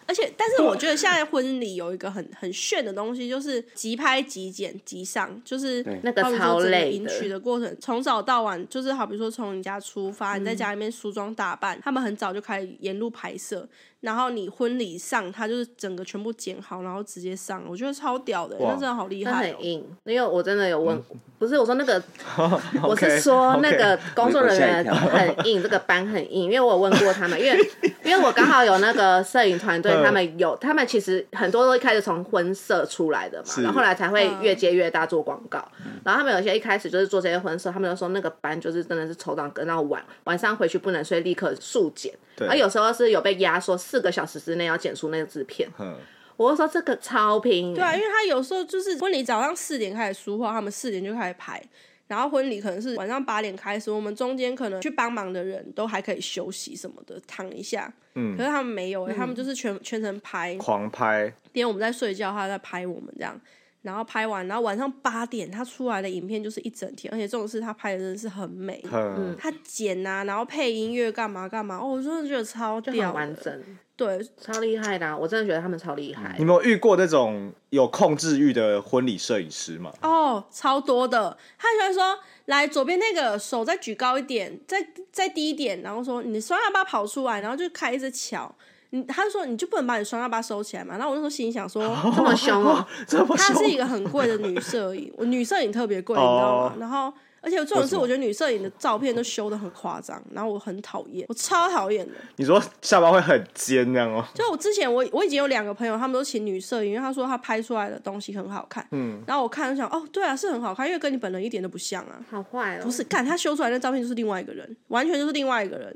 S4: 而且，但是我觉得现在婚礼有一个很很炫的东西，就是即拍即剪即上，就是
S3: 对
S1: 那个
S4: 好比说
S1: 超
S4: 整
S1: 累
S4: 迎
S1: 的
S4: 娶的过程，从早到晚，就是好比说从你家出发，
S1: 嗯
S4: 你在家里面梳妆打扮，他们很早就开始沿路拍摄，然后你婚礼上，他就是整个全部剪好，然后直接上，我觉得超屌的，
S2: 哇
S4: 那真的好厉
S1: 那
S4: 害、哦
S1: 很。硬，因为我真的有问，不是我说那个， 我
S2: 嗯 OK，
S1: 是说
S2: OK
S1: 那个工作人员
S3: 我我吓
S1: 很硬，这个班很硬，因为我有问过他们，因为因为我刚好有那个摄影团队
S2: 嗯，
S1: 他们有，他们其实很多都一开始从婚摄出来的嘛，
S2: 是嗯
S1: 然后后来才会
S4: 嗯
S1: 越接越大做广告，然后他们有些一开始就是做这些婚摄，他们就说那个班就是真的是抽到跟到晚，晚上回去不能睡，立刻速剪，啊
S2: 对
S1: 而有时候是有被压缩四个小时之内要剪出那个制片，
S2: 嗯
S1: 我就说这个超拼，
S4: 对啊，因为他有时候就是婚礼早上四点开始梳化，他们四点就开始排，然后婚礼可能是晚上八点开始，我们中间可能去帮忙的人都还可以休息什么的，躺一下。可
S2: 嗯，
S4: 是他们没有、欸，他们就是全全程拍，
S2: 狂拍，
S4: 连我们在睡觉，他在拍我们这样。然后拍完，然后晚上八点他出来的影片就是一整天，而且这种事他拍的真的是很美，
S2: 嗯，
S4: 他剪啊，然后配音乐干嘛干嘛，哦，我真的觉得超
S1: 就很
S4: 屌的，
S1: 完整。
S4: 对，
S1: 超厉害的啊、我真的觉得他们超厉害。
S2: 你们有遇过那种有控制欲的婚礼摄影师吗？
S4: 哦，超多的。他喜欢说，来左边那个手再举高一点，再再低一点，然后说你的双下巴跑出来，然后就开着巧。你他就说你就不能把你双下巴收起来嘛？然后我那时候心里想说，
S1: 这么 凶哦、
S2: 这么
S4: 她是一
S2: 凶，
S4: 个很贵的女摄影，我女摄影特别贵，你知道吗
S2: 哦？
S4: 然后而且重点是，我觉得女摄影的照片都修的很夸张，然后我很讨厌，我超讨厌的。
S2: 你说下巴会很尖这样 哦？
S4: 就我之前我我已经有两个朋友，他们都请女摄影，因为他说他拍出来的东西很好看。嗯，然后我看就想，哦，对啊，是很好看，因为跟你本人一点都不像啊。
S1: 好坏哦、
S4: 不是，看他修出来那照片就是另外一个人，完全就是另外一个人。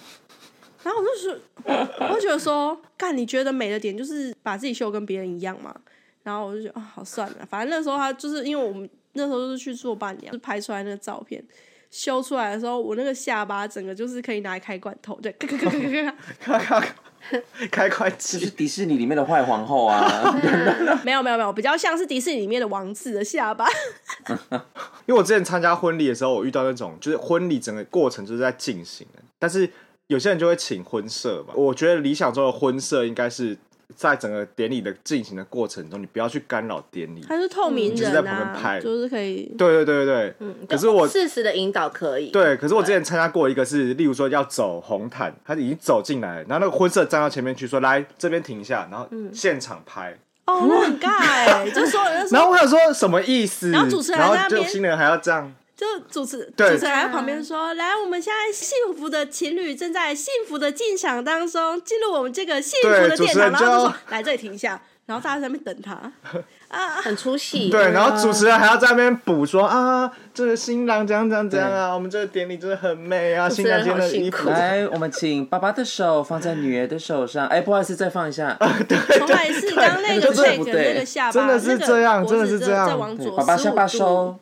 S4: 然后我就说，我就觉得说，干，你觉得美的点就是把自己修跟别人一样嘛？然后我就觉得啊、好算了，反正那时候他就是因为我们那时候就是去做伴娘，就拍出来那个照片，修出来的时候，我那个下巴整个就是可以拿来开罐头，对，咔咔咔咔咔
S2: 咔咔咔，开快
S3: 这是
S2: 机，
S3: 迪士尼里面的坏皇后啊，
S4: 咔，没有没有没有，比较像是迪士尼里面的王子的下巴，
S2: 因为我之前参加婚礼的时候，我遇到那种就是婚礼整个过程就是在进行的，但是有些人就会请婚摄嘛。我觉得理想中的婚摄应该是在整个典礼的进行的过程中，你不要去干扰典礼。
S4: 他是透明
S2: 嗯就是
S4: 人
S2: 在旁边
S4: 啊，
S2: 拍
S4: 就是可以
S2: 对对对对对，
S4: 嗯
S2: 可是我
S1: 适时的引导可以，，
S2: 对，可是我之前参加过一个是，例如说要走红毯，他已经走进来了，然后那个婚摄站到前面去说来这边停一下，然后
S4: 嗯
S2: 现场拍，
S4: 哦，那很尬哎，就所 有人都
S2: 然
S4: 说
S2: 后我想说什么意思？
S4: 然后主持人
S2: 然
S4: 还
S2: 后
S4: 在那边
S2: 就新人还要这样，
S4: 就主持主
S2: 对
S4: 持人还在旁边说：“来，我们现在幸福的情侣正在幸福的进场当中，进入我们这个幸福的
S2: 对主
S4: 殿
S2: 持
S4: 堂。”
S2: 人
S4: 然后就
S2: 就
S4: 说：“来这里停一下。”然后大家在那边等他。
S1: 很出戏。
S2: 对，然后主持人还要在那边补说啊，这个新郎怎样怎样怎样啊，我们这个典礼真的很美啊，
S1: 持
S2: 新
S1: 人
S2: 娘今天的衣服
S1: 好辛苦
S3: 来，我们请爸爸的手放在女儿的手上，哎，不好意思，再放一下，
S4: 重来是刚刚那
S3: 对对
S4: 个
S3: 对
S4: check
S3: 不对
S4: 那个下巴，
S2: 真的是这样
S4: 那个脖子
S2: 真的是这样
S4: 再往
S3: 对
S4: 左，
S3: 爸爸下巴
S4: 15度
S3: 收。。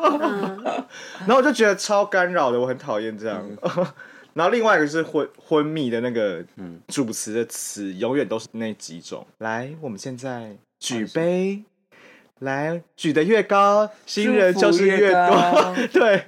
S2: 然后我就觉得超干扰的，我很讨厌这样。
S1: 嗯
S2: 然后另外一个是昏昏迷的那个主持的词，永远都是那几种。来，我们现在举杯，来举得越高，新人就是越多。
S3: 祝
S2: 对，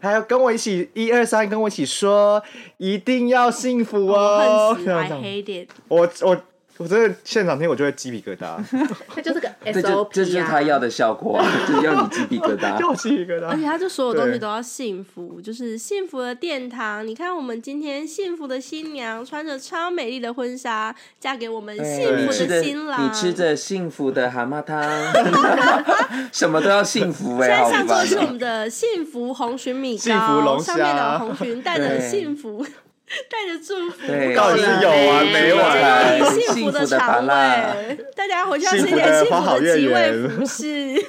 S2: 还有跟我一起一二三，跟我一起说，一定要幸福
S4: 我
S2: 哦。
S4: 恨
S2: 这
S4: 死
S2: 样
S4: ，I
S2: 这样
S4: hate it。
S2: 我我我真的现场听我就会鸡皮疙瘩，
S1: 他就是个
S3: 这就
S1: SOP 啊，
S3: 这就是他要的效果 啊，就是要你鸡皮疙 瘩。
S2: 就鸡皮疙
S1: 哎
S4: 而且
S2: 瘩。
S4: 他就所有东西
S2: 对
S4: 都要幸福，就是幸福的殿堂。你看，我们今天幸福的新娘穿着超美丽的婚纱，嫁给我们幸
S3: 你
S4: 福
S3: 吃的
S4: 新郎。
S3: 你吃着幸福的蛤蟆汤， 什么都要幸福哎、
S4: 现
S2: 啊
S3: 好
S4: 在
S3: 烦
S4: 上桌是我
S3: 哦、
S4: 们的幸福红鲟米糕，
S2: 幸福龙虾
S4: 上面的红鲟带着幸福， 带着祝福。
S3: 对，
S2: 到底是有完没
S1: 啊
S2: 完？啊
S3: 哎
S4: 有幸
S3: 幸
S4: 福
S3: 福的拔
S4: 肠
S3: 蜡，
S4: 胃，大家回去要吃一点幸
S2: 幸福的花
S4: 福
S2: 好
S4: 的
S2: 月
S4: 鸡尾
S2: 圆
S4: 服饰。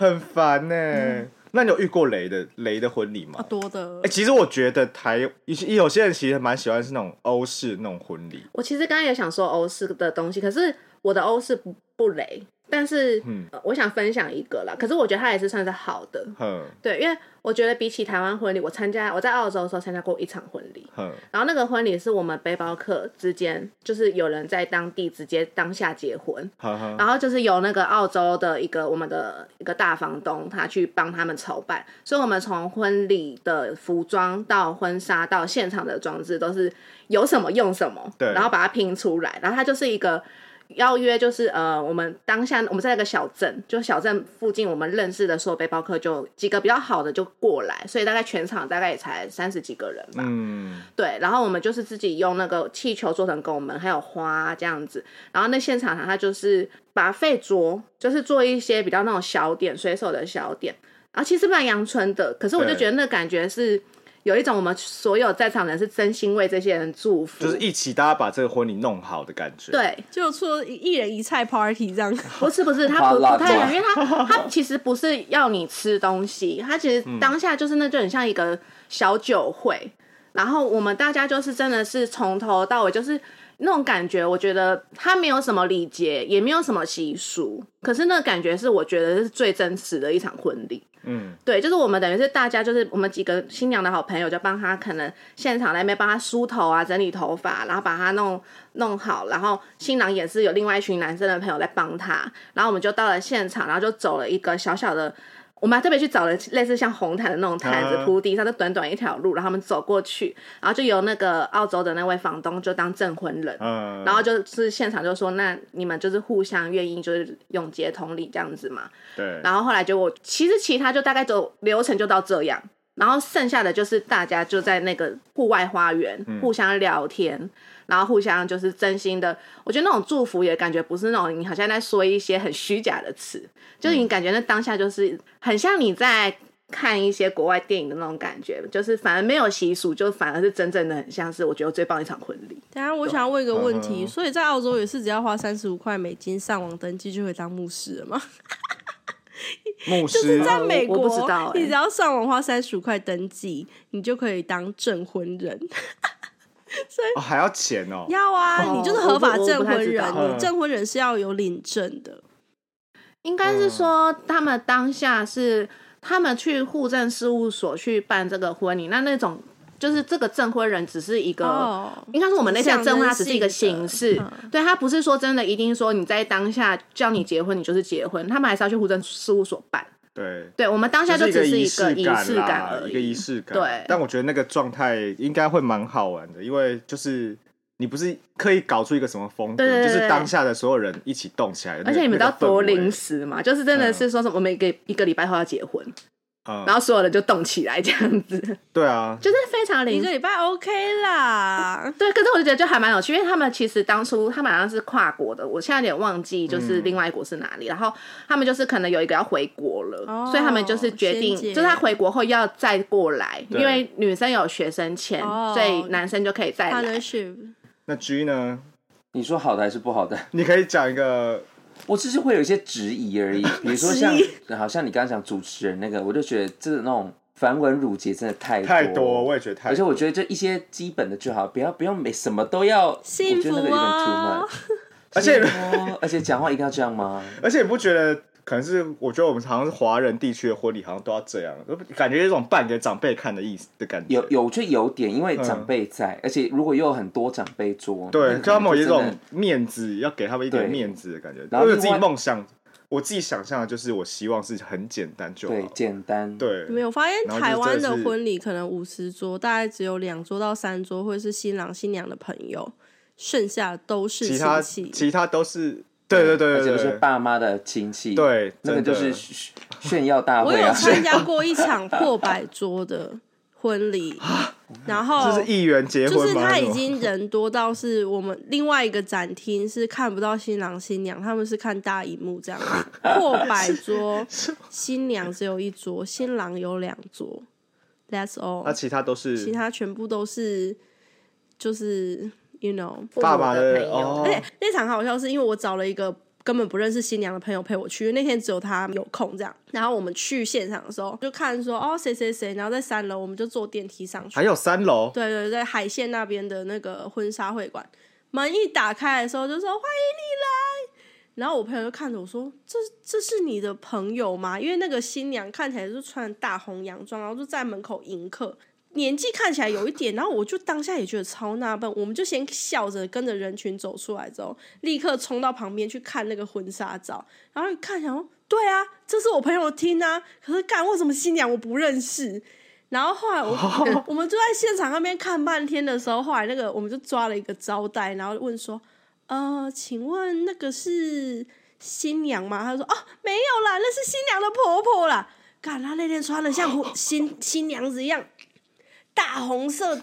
S2: 很烦呢、
S1: 嗯
S2: 那你有遇过雷的雷的婚礼吗？
S1: 哦
S4: 啊多的
S2: 哎、，其实我觉得台有些有些人其实蛮喜欢是那种欧式那种婚礼，
S1: 我其实刚刚也想说欧式的东西，可是我的欧式不不雷，但是、
S2: 嗯
S1: 呃我想分享一个啦，可是我觉得它也是算是好的，
S2: 哼
S1: 对，因为我觉得比起台湾婚礼，我参加我在澳洲的时候参加过一场婚礼，
S2: 哼，
S1: 然后那个婚礼是我们背包客之间，就是有人在当地直接当下结婚，
S2: 哈哈，
S1: 然后就是由那个澳洲的一个我们的一个大房东，他去帮他们筹办，所以我们从婚礼的服装到婚纱到现场的装置都是有什么用什么，
S2: 对
S1: 然后把它拼出来，然后它就是一个。邀约就是呃，我们当下我们在那个小镇，就小镇附近我们认识的所有背包客就几个比较好的就过来，所以大概全场大概也才三十几个人吧。
S2: 嗯，
S1: 对，然后我们就是自己用那个气球做成拱门，还有花这样子。然后那现场它就是把费桌，就是做一些比较那种小点、随手的小点。然后其实蛮阳春的，可是我就
S2: 对
S1: 觉得那感觉是有一种我们所有在场人是真心为这些人祝福，
S2: 就是一起大家把这个婚礼弄好的感觉。，
S1: 对，
S4: 就出了一一人一菜 party 这样，
S1: 不是不是，它
S3: 花
S1: 不
S3: 辣
S1: 不太一
S3: 椒
S1: 样，因为它它其实不是要你吃东西，它其实当下就是那就很像一个小酒会，然后我们大家就是真的是从头到尾就是那种感觉，我觉得它没有什么礼节，也没有什么习俗，可是那个感觉是我觉得是最真实的一场婚礼。
S2: 嗯，
S1: 对，就是我们等于是大家，就是我们几个新娘的好朋友，就帮她可能现场在那边帮她梳头啊、整理头发，然后把她弄弄好，然后新郎也是有另外一群男生的朋友在帮她，然后我们就到了现场，然后就走了一个小小的。我们还特别去找了类似像红毯的那种毯子
S2: 啊
S1: 铺地上，就短短一条路，然后我们走过去，然后就由那个澳洲的那位房东就当证婚人，
S2: 嗯，
S1: 然后就是现场就说，那你们就是互相愿意就是永结同理这样子嘛，
S2: 对，
S1: 然后后来就我其实其他就大概走流程就到这样，然后剩下的就是大家就在那个户外花园、互相聊天，然后互相就是真心的，我觉得那种祝福也感觉不是那种你好像在说一些很虚假的词，就是你感觉那当下就是很像你在。看一些国外电影的那种感觉，就是反而没有习俗，就反而是真正的很像是我觉得最棒一场婚礼。
S4: 等一下，我想要问一个问题，
S2: 嗯
S4: 所以在澳洲也是只要花三十五块美金上网登记就可以当牧师了吗？
S2: 啊牧师
S4: 在美
S1: 我
S4: 国，
S1: 不知道欸
S4: 你只要上网花三十五块登记，你就可以当证婚人。
S2: 哦还要钱哦，
S4: 要啊，
S1: 哦
S4: 你就是合法
S1: 我不哦我
S4: 证
S1: 不太
S4: 婚
S1: 知
S4: 人，
S1: 道
S4: 你证婚人是要有领证的。
S1: 应该
S2: 嗯
S1: 是说他们当下是他们去户政事务所去办这个婚礼，那那种就是这个证婚人只是一个。
S4: 哦，
S1: 应该说我们那天的证婚，它只是一个
S4: 象
S1: 形
S4: 征
S1: 式
S4: 性嗯的，
S1: 对，它不是说真的一定说你在当下叫你结婚，你就是结婚，他们还是要去户政事务所办。
S2: 对。
S1: 对，我们当下
S2: 就
S1: 啊就只
S2: 一
S1: 一
S2: 个
S1: 个
S2: 仪
S1: 仪
S2: 感
S1: 式
S2: 啦
S1: 感而
S2: 一个仪
S1: 已。
S2: 式感。
S1: 对
S2: 但我觉得那个状态应该会蛮好玩的，因为就是你不是刻意搞出一个什么风格，
S1: 对对对
S2: 就是
S1: 对
S2: 当下的所有人一起动起来的那个。
S1: 而且你们知道
S2: 那个氛
S1: 多
S2: 围
S1: 临时嘛，就是真的是说什么我们一个一个礼拜后要结婚，
S2: 嗯
S1: 然后所有人就动起来这样子， 就
S2: 对啊，
S1: 是非常
S4: 一
S1: 临
S4: 个礼拜 OK 啦。
S1: 对，可是我就觉得就还蛮有趣，因为他们其实当初他们好像是跨国的，我现在有点忘记就是另外一国是哪里，然后他们就是可能有一个要回国了，
S4: 哦
S1: 所以他们就是决定，
S4: 先解
S1: 就是他回国后要再过来，
S2: 对
S1: 因为女生有学生签，
S4: 哦
S1: 所以男生就可以再来。
S4: partnership
S2: 那 G 呢？
S3: 你说好的还是不好的？
S2: 你可以讲一个
S3: 我只是会有一些质疑 而已，比如说像好像你刚刚讲主持人那个，我就觉得这种那种繁文缛节真的太
S2: 太多，我也觉得太
S3: 而且
S2: 多。
S3: 我觉得就一些基本的就好，不要不要每什么都要，我觉
S4: 幸
S3: 得
S4: 福
S3: 那个有点 too
S4: 啊
S3: much。
S2: 而且
S3: 幸福 而且讲话一定要这样吗？
S2: 而且你不觉得？可能是我觉得我们好像是华人地区的婚礼，好像都要这样，就感觉有一种扮给长辈看的意思的感觉。
S3: 有有就有点，因为长辈在，而且如果又有很多长辈桌，那
S2: 嗯对，
S3: 可
S2: 就他
S3: 能
S2: 们有一
S3: 真的
S2: 种面子，要给他们一点
S3: 对
S2: 面子的感觉。
S3: 然后
S2: 我有
S3: 另
S2: 自己
S3: 外
S2: 梦想，我自己想象的就是，我希望是很简单就
S3: 对
S2: 好。
S3: 简单，
S2: 对，
S4: 没有发现
S2: 然后就
S4: 台湾
S2: 真
S4: 的
S2: 的是
S4: 婚礼可能五十桌，大概只有两桌到三桌会是新郎新娘的朋友，剩下都是
S2: 其他
S4: 亲戚。
S2: 其他都是对对对
S3: 而且
S2: 对
S3: 都是
S2: 对，
S3: 爸妈的亲戚，
S2: 对
S3: 那个
S2: 真的
S3: 就是炫炫耀大
S4: 我
S3: 会
S4: 有
S3: 啊，
S4: 参加过一场破百桌的婚礼，
S1: 啊
S4: 然后
S2: 这是议员结
S4: 哦就
S2: 婚
S4: 是
S2: 吗？
S4: 他
S2: 还是
S4: 已
S2: 什么
S4: 经人多到是我们另外一个展厅是看不到新郎新娘，他们是看大荧幕这样 子，破百桌，新娘只有一桌，新郎有两桌，That's
S2: 那
S4: all，
S2: 啊其他都
S4: 其
S2: 是
S4: 他全部都是就是 you know，
S2: 爸爸
S1: 的
S2: 的
S1: 朋友，
S2: 哦
S4: 而，且那场很好笑，是因为我找了一个根本不认识新娘的朋友陪我去，因为那天只有他有空这样。然后我们去现场的时候，就看说哦谁谁谁，然后在三楼我们就坐电梯上去
S2: 还。有三楼，
S4: 对对对，海线那边的那个婚纱会馆，门一打开的时候就说欢迎你来，然后我朋友就看着我说：“这这是你的朋友吗？”因为那个新娘看起来就是穿大红洋装，然后就在门口迎客，年纪看起来有一点。然后我就当下也觉得超纳闷，我们就先笑着跟着人群走出来之后，立刻冲到旁边去看那个婚纱照，然后一看想说：“对啊，这是我朋友听啊。”可是干为什么新娘我不认识？然后后来 我、我们就在现场那边看半天的时候，后来那个我们就抓了一个招待，然后问说：“呃，请问那个是新娘吗？”他说：“哦，没有啦，那是新娘的婆婆啦。”干，她那天穿的像 婆新新娘子一样，大 红色，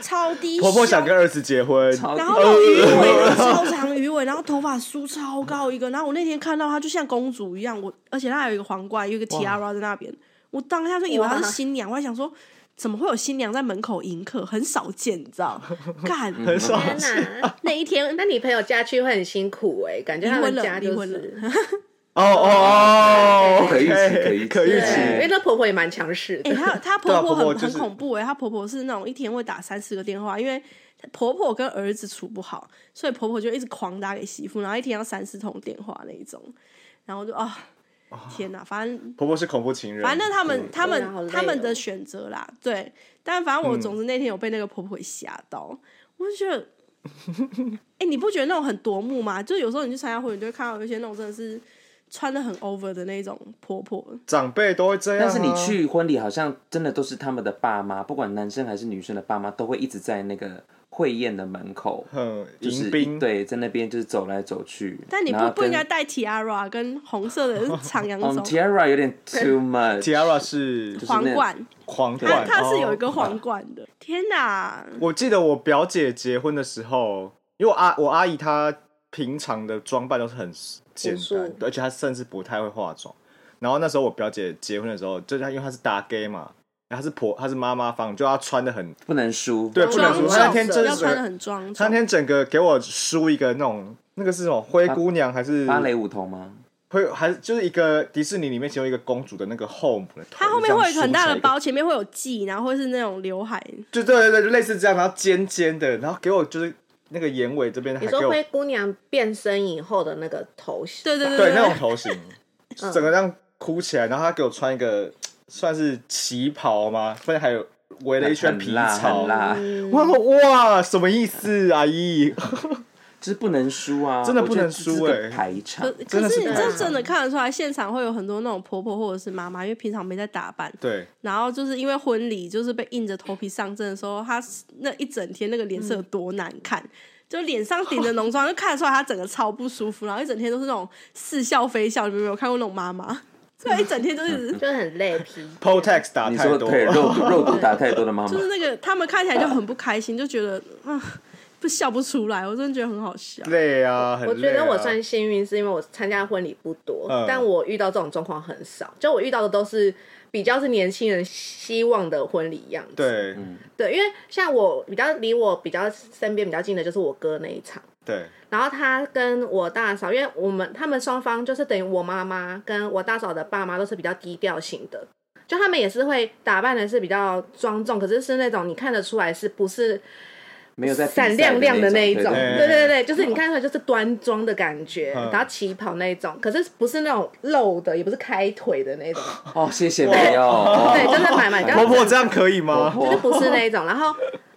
S4: 超低胸，
S2: 婆婆想跟儿子结婚，
S3: 超
S4: 然后有鱼尾，超长鱼尾，然后头发梳超高一个，然后我那天看到她就像公主一样，我而且她还有一个皇冠，有一个 tiara 在那边，我当下就以为她是新娘，我还想说怎么会有新娘在门口迎客，很少见，你知道？干，
S2: 很少
S1: 天
S2: 啊
S1: 哪，那一天，那你朋友家去会很辛苦哎、感觉他们家就
S4: 离婚了
S1: 是
S4: 离
S2: 哦哦哦，
S3: 可以预期可以预期
S2: 可预
S1: 对，因为
S2: 期，
S1: 那婆婆也蛮强势的。
S4: 哎、她她
S2: 对啊婆
S4: 婆婆很
S2: 婆就是
S4: 很恐怖哎、她婆婆是那种一天会打三四个电话，因为婆婆跟儿子处不好，所以婆婆就一直狂打给媳妇，然后一天要三四通电话那一种，然后就啊、天哪，反正
S2: 婆婆是恐怖情人，
S4: 反正他们他
S1: 对啊好
S4: 们
S1: 累
S4: 他们
S1: 哦
S4: 的选择啦，对。但反正我总之那天有被那个婆婆给吓到，我就觉得，哎、你不觉得那种很夺目吗？就有时候你去参加婚礼，你就会看到有一些那种真的是穿的很 over 的那种婆婆，
S2: 长辈都会这样啊，
S3: 但是你去婚礼，好像真的都是他们的爸妈，不管男生还是女生的爸妈，都会一直在那个会宴的门口，
S2: 嗯，
S3: 就是
S2: 迎宾，
S3: 对，在那边就是走来走去。
S4: 但你
S3: 然
S4: 不
S3: 后
S4: 不应该
S3: 跟。哦
S4: 戴 tiara 跟红色的长洋
S3: 嗯
S4: 装、
S3: ，Tiara 有点 too much，
S2: ，Tiara 是
S3: 就是
S4: 皇
S3: 那
S4: 冠，
S2: 皇
S4: 它
S2: 冠，
S4: 它是有一
S2: 哦
S4: 个皇冠的。天哪！
S2: 我记得我表姐结婚的时候，因为我阿我阿姨她平常的装扮都是很简
S1: 朴
S2: 单
S1: 素，
S2: 而且她甚至不太会化妆。然后那时候我表姐结婚的时候，就是她因为她是大 gay 嘛，然后她是婆她是妈妈方，就她穿的很
S3: 不能输。
S2: 对，不能说
S4: 庄重，
S2: 她那天真
S4: 要
S2: 是
S4: 穿的很庄
S2: 她那
S4: 重。
S2: 天整个给我梳一个那种那个是什么灰姑娘还是
S3: 芭蕾舞头吗？
S2: 会还是就是一个迪士尼里面其中一个公主的那个后母的头，
S4: 它后面会有一
S2: 这
S4: 个
S2: 样梳
S4: 很大
S2: 起来
S4: 的
S2: 一个
S4: 包，前面会有髻，然后会是那种刘海，
S2: 就对对对，就类似这样，然后尖尖的，然后给我就是那个眼尾这边还
S1: 你
S2: 给
S1: 说
S2: 我
S1: 灰姑娘变身以后的那个头型，
S4: 对对对
S2: 对那种头 型，
S1: 嗯
S2: 整个这样哭起来，然后他给我穿一个算是旗袍吗？反正还有围了一圈皮
S3: 很辣，
S2: 草
S3: 很。辣，
S1: 嗯
S2: 我说哇，什么意思，阿姨？
S3: 就是不能输啊！
S2: 真的
S3: 我觉
S2: 不
S3: 得
S2: 能
S3: 这
S2: 输
S3: 是个
S2: 欸
S3: 排场
S1: 啊
S4: 可
S2: 真的
S4: 可
S2: 是
S4: 是你
S2: 大
S4: 这
S1: 场
S4: 真的看得出来，现场会有很多那种婆婆或者是妈妈，因为平常没在打扮，
S2: 对，
S4: 然后就是因为婚礼就是被硬着头皮上阵的时候，她那一整天那个脸色
S1: 嗯
S4: 有多难看，就脸上顶着浓妆，就看得出来她整个超不舒服，然后一整天都是那种似笑非笑。你们有没有看过那种妈妈？就一整天都 是
S1: 就是很累皮。
S2: ，Protex 打
S3: 你
S2: 太
S3: 说
S2: 多，
S3: 对肉毒肉毒打太多的妈妈
S4: 就，是那个他们看起来就很不开心，就觉得啊、不笑不出来，我真的觉得很好笑。
S2: 累啊，很
S1: 我觉
S2: 累
S1: 得
S2: 啊
S1: 我算幸运，是因为我参加婚礼不多，
S2: 嗯
S1: 但我遇到这种状况很少。就我遇到的都是比较是年轻人希望的婚礼样子。
S2: 对
S3: 嗯
S1: 对，因为像我比较离我比较身边比较近的就是我哥那一场。
S2: 对，
S1: 然后他跟我大嫂，因为我们他们双方就是等于我妈妈跟我大嫂的爸妈都是比较低调型的，就他们也是会打扮的是比较庄重，可是是那种你看得出来是不是
S3: 没有在比赛
S1: 闪亮亮的那一种，
S2: 对
S1: 对对对，就是你看出来就是端庄的感觉，
S2: 嗯
S1: 然后旗袍那一种，可是不是那种露的，也不是开腿的那种，
S3: 哦，谢谢没有，哦
S1: 对，就是买买，
S2: 婆婆这样可以吗？
S1: 就是不是那一种。然后，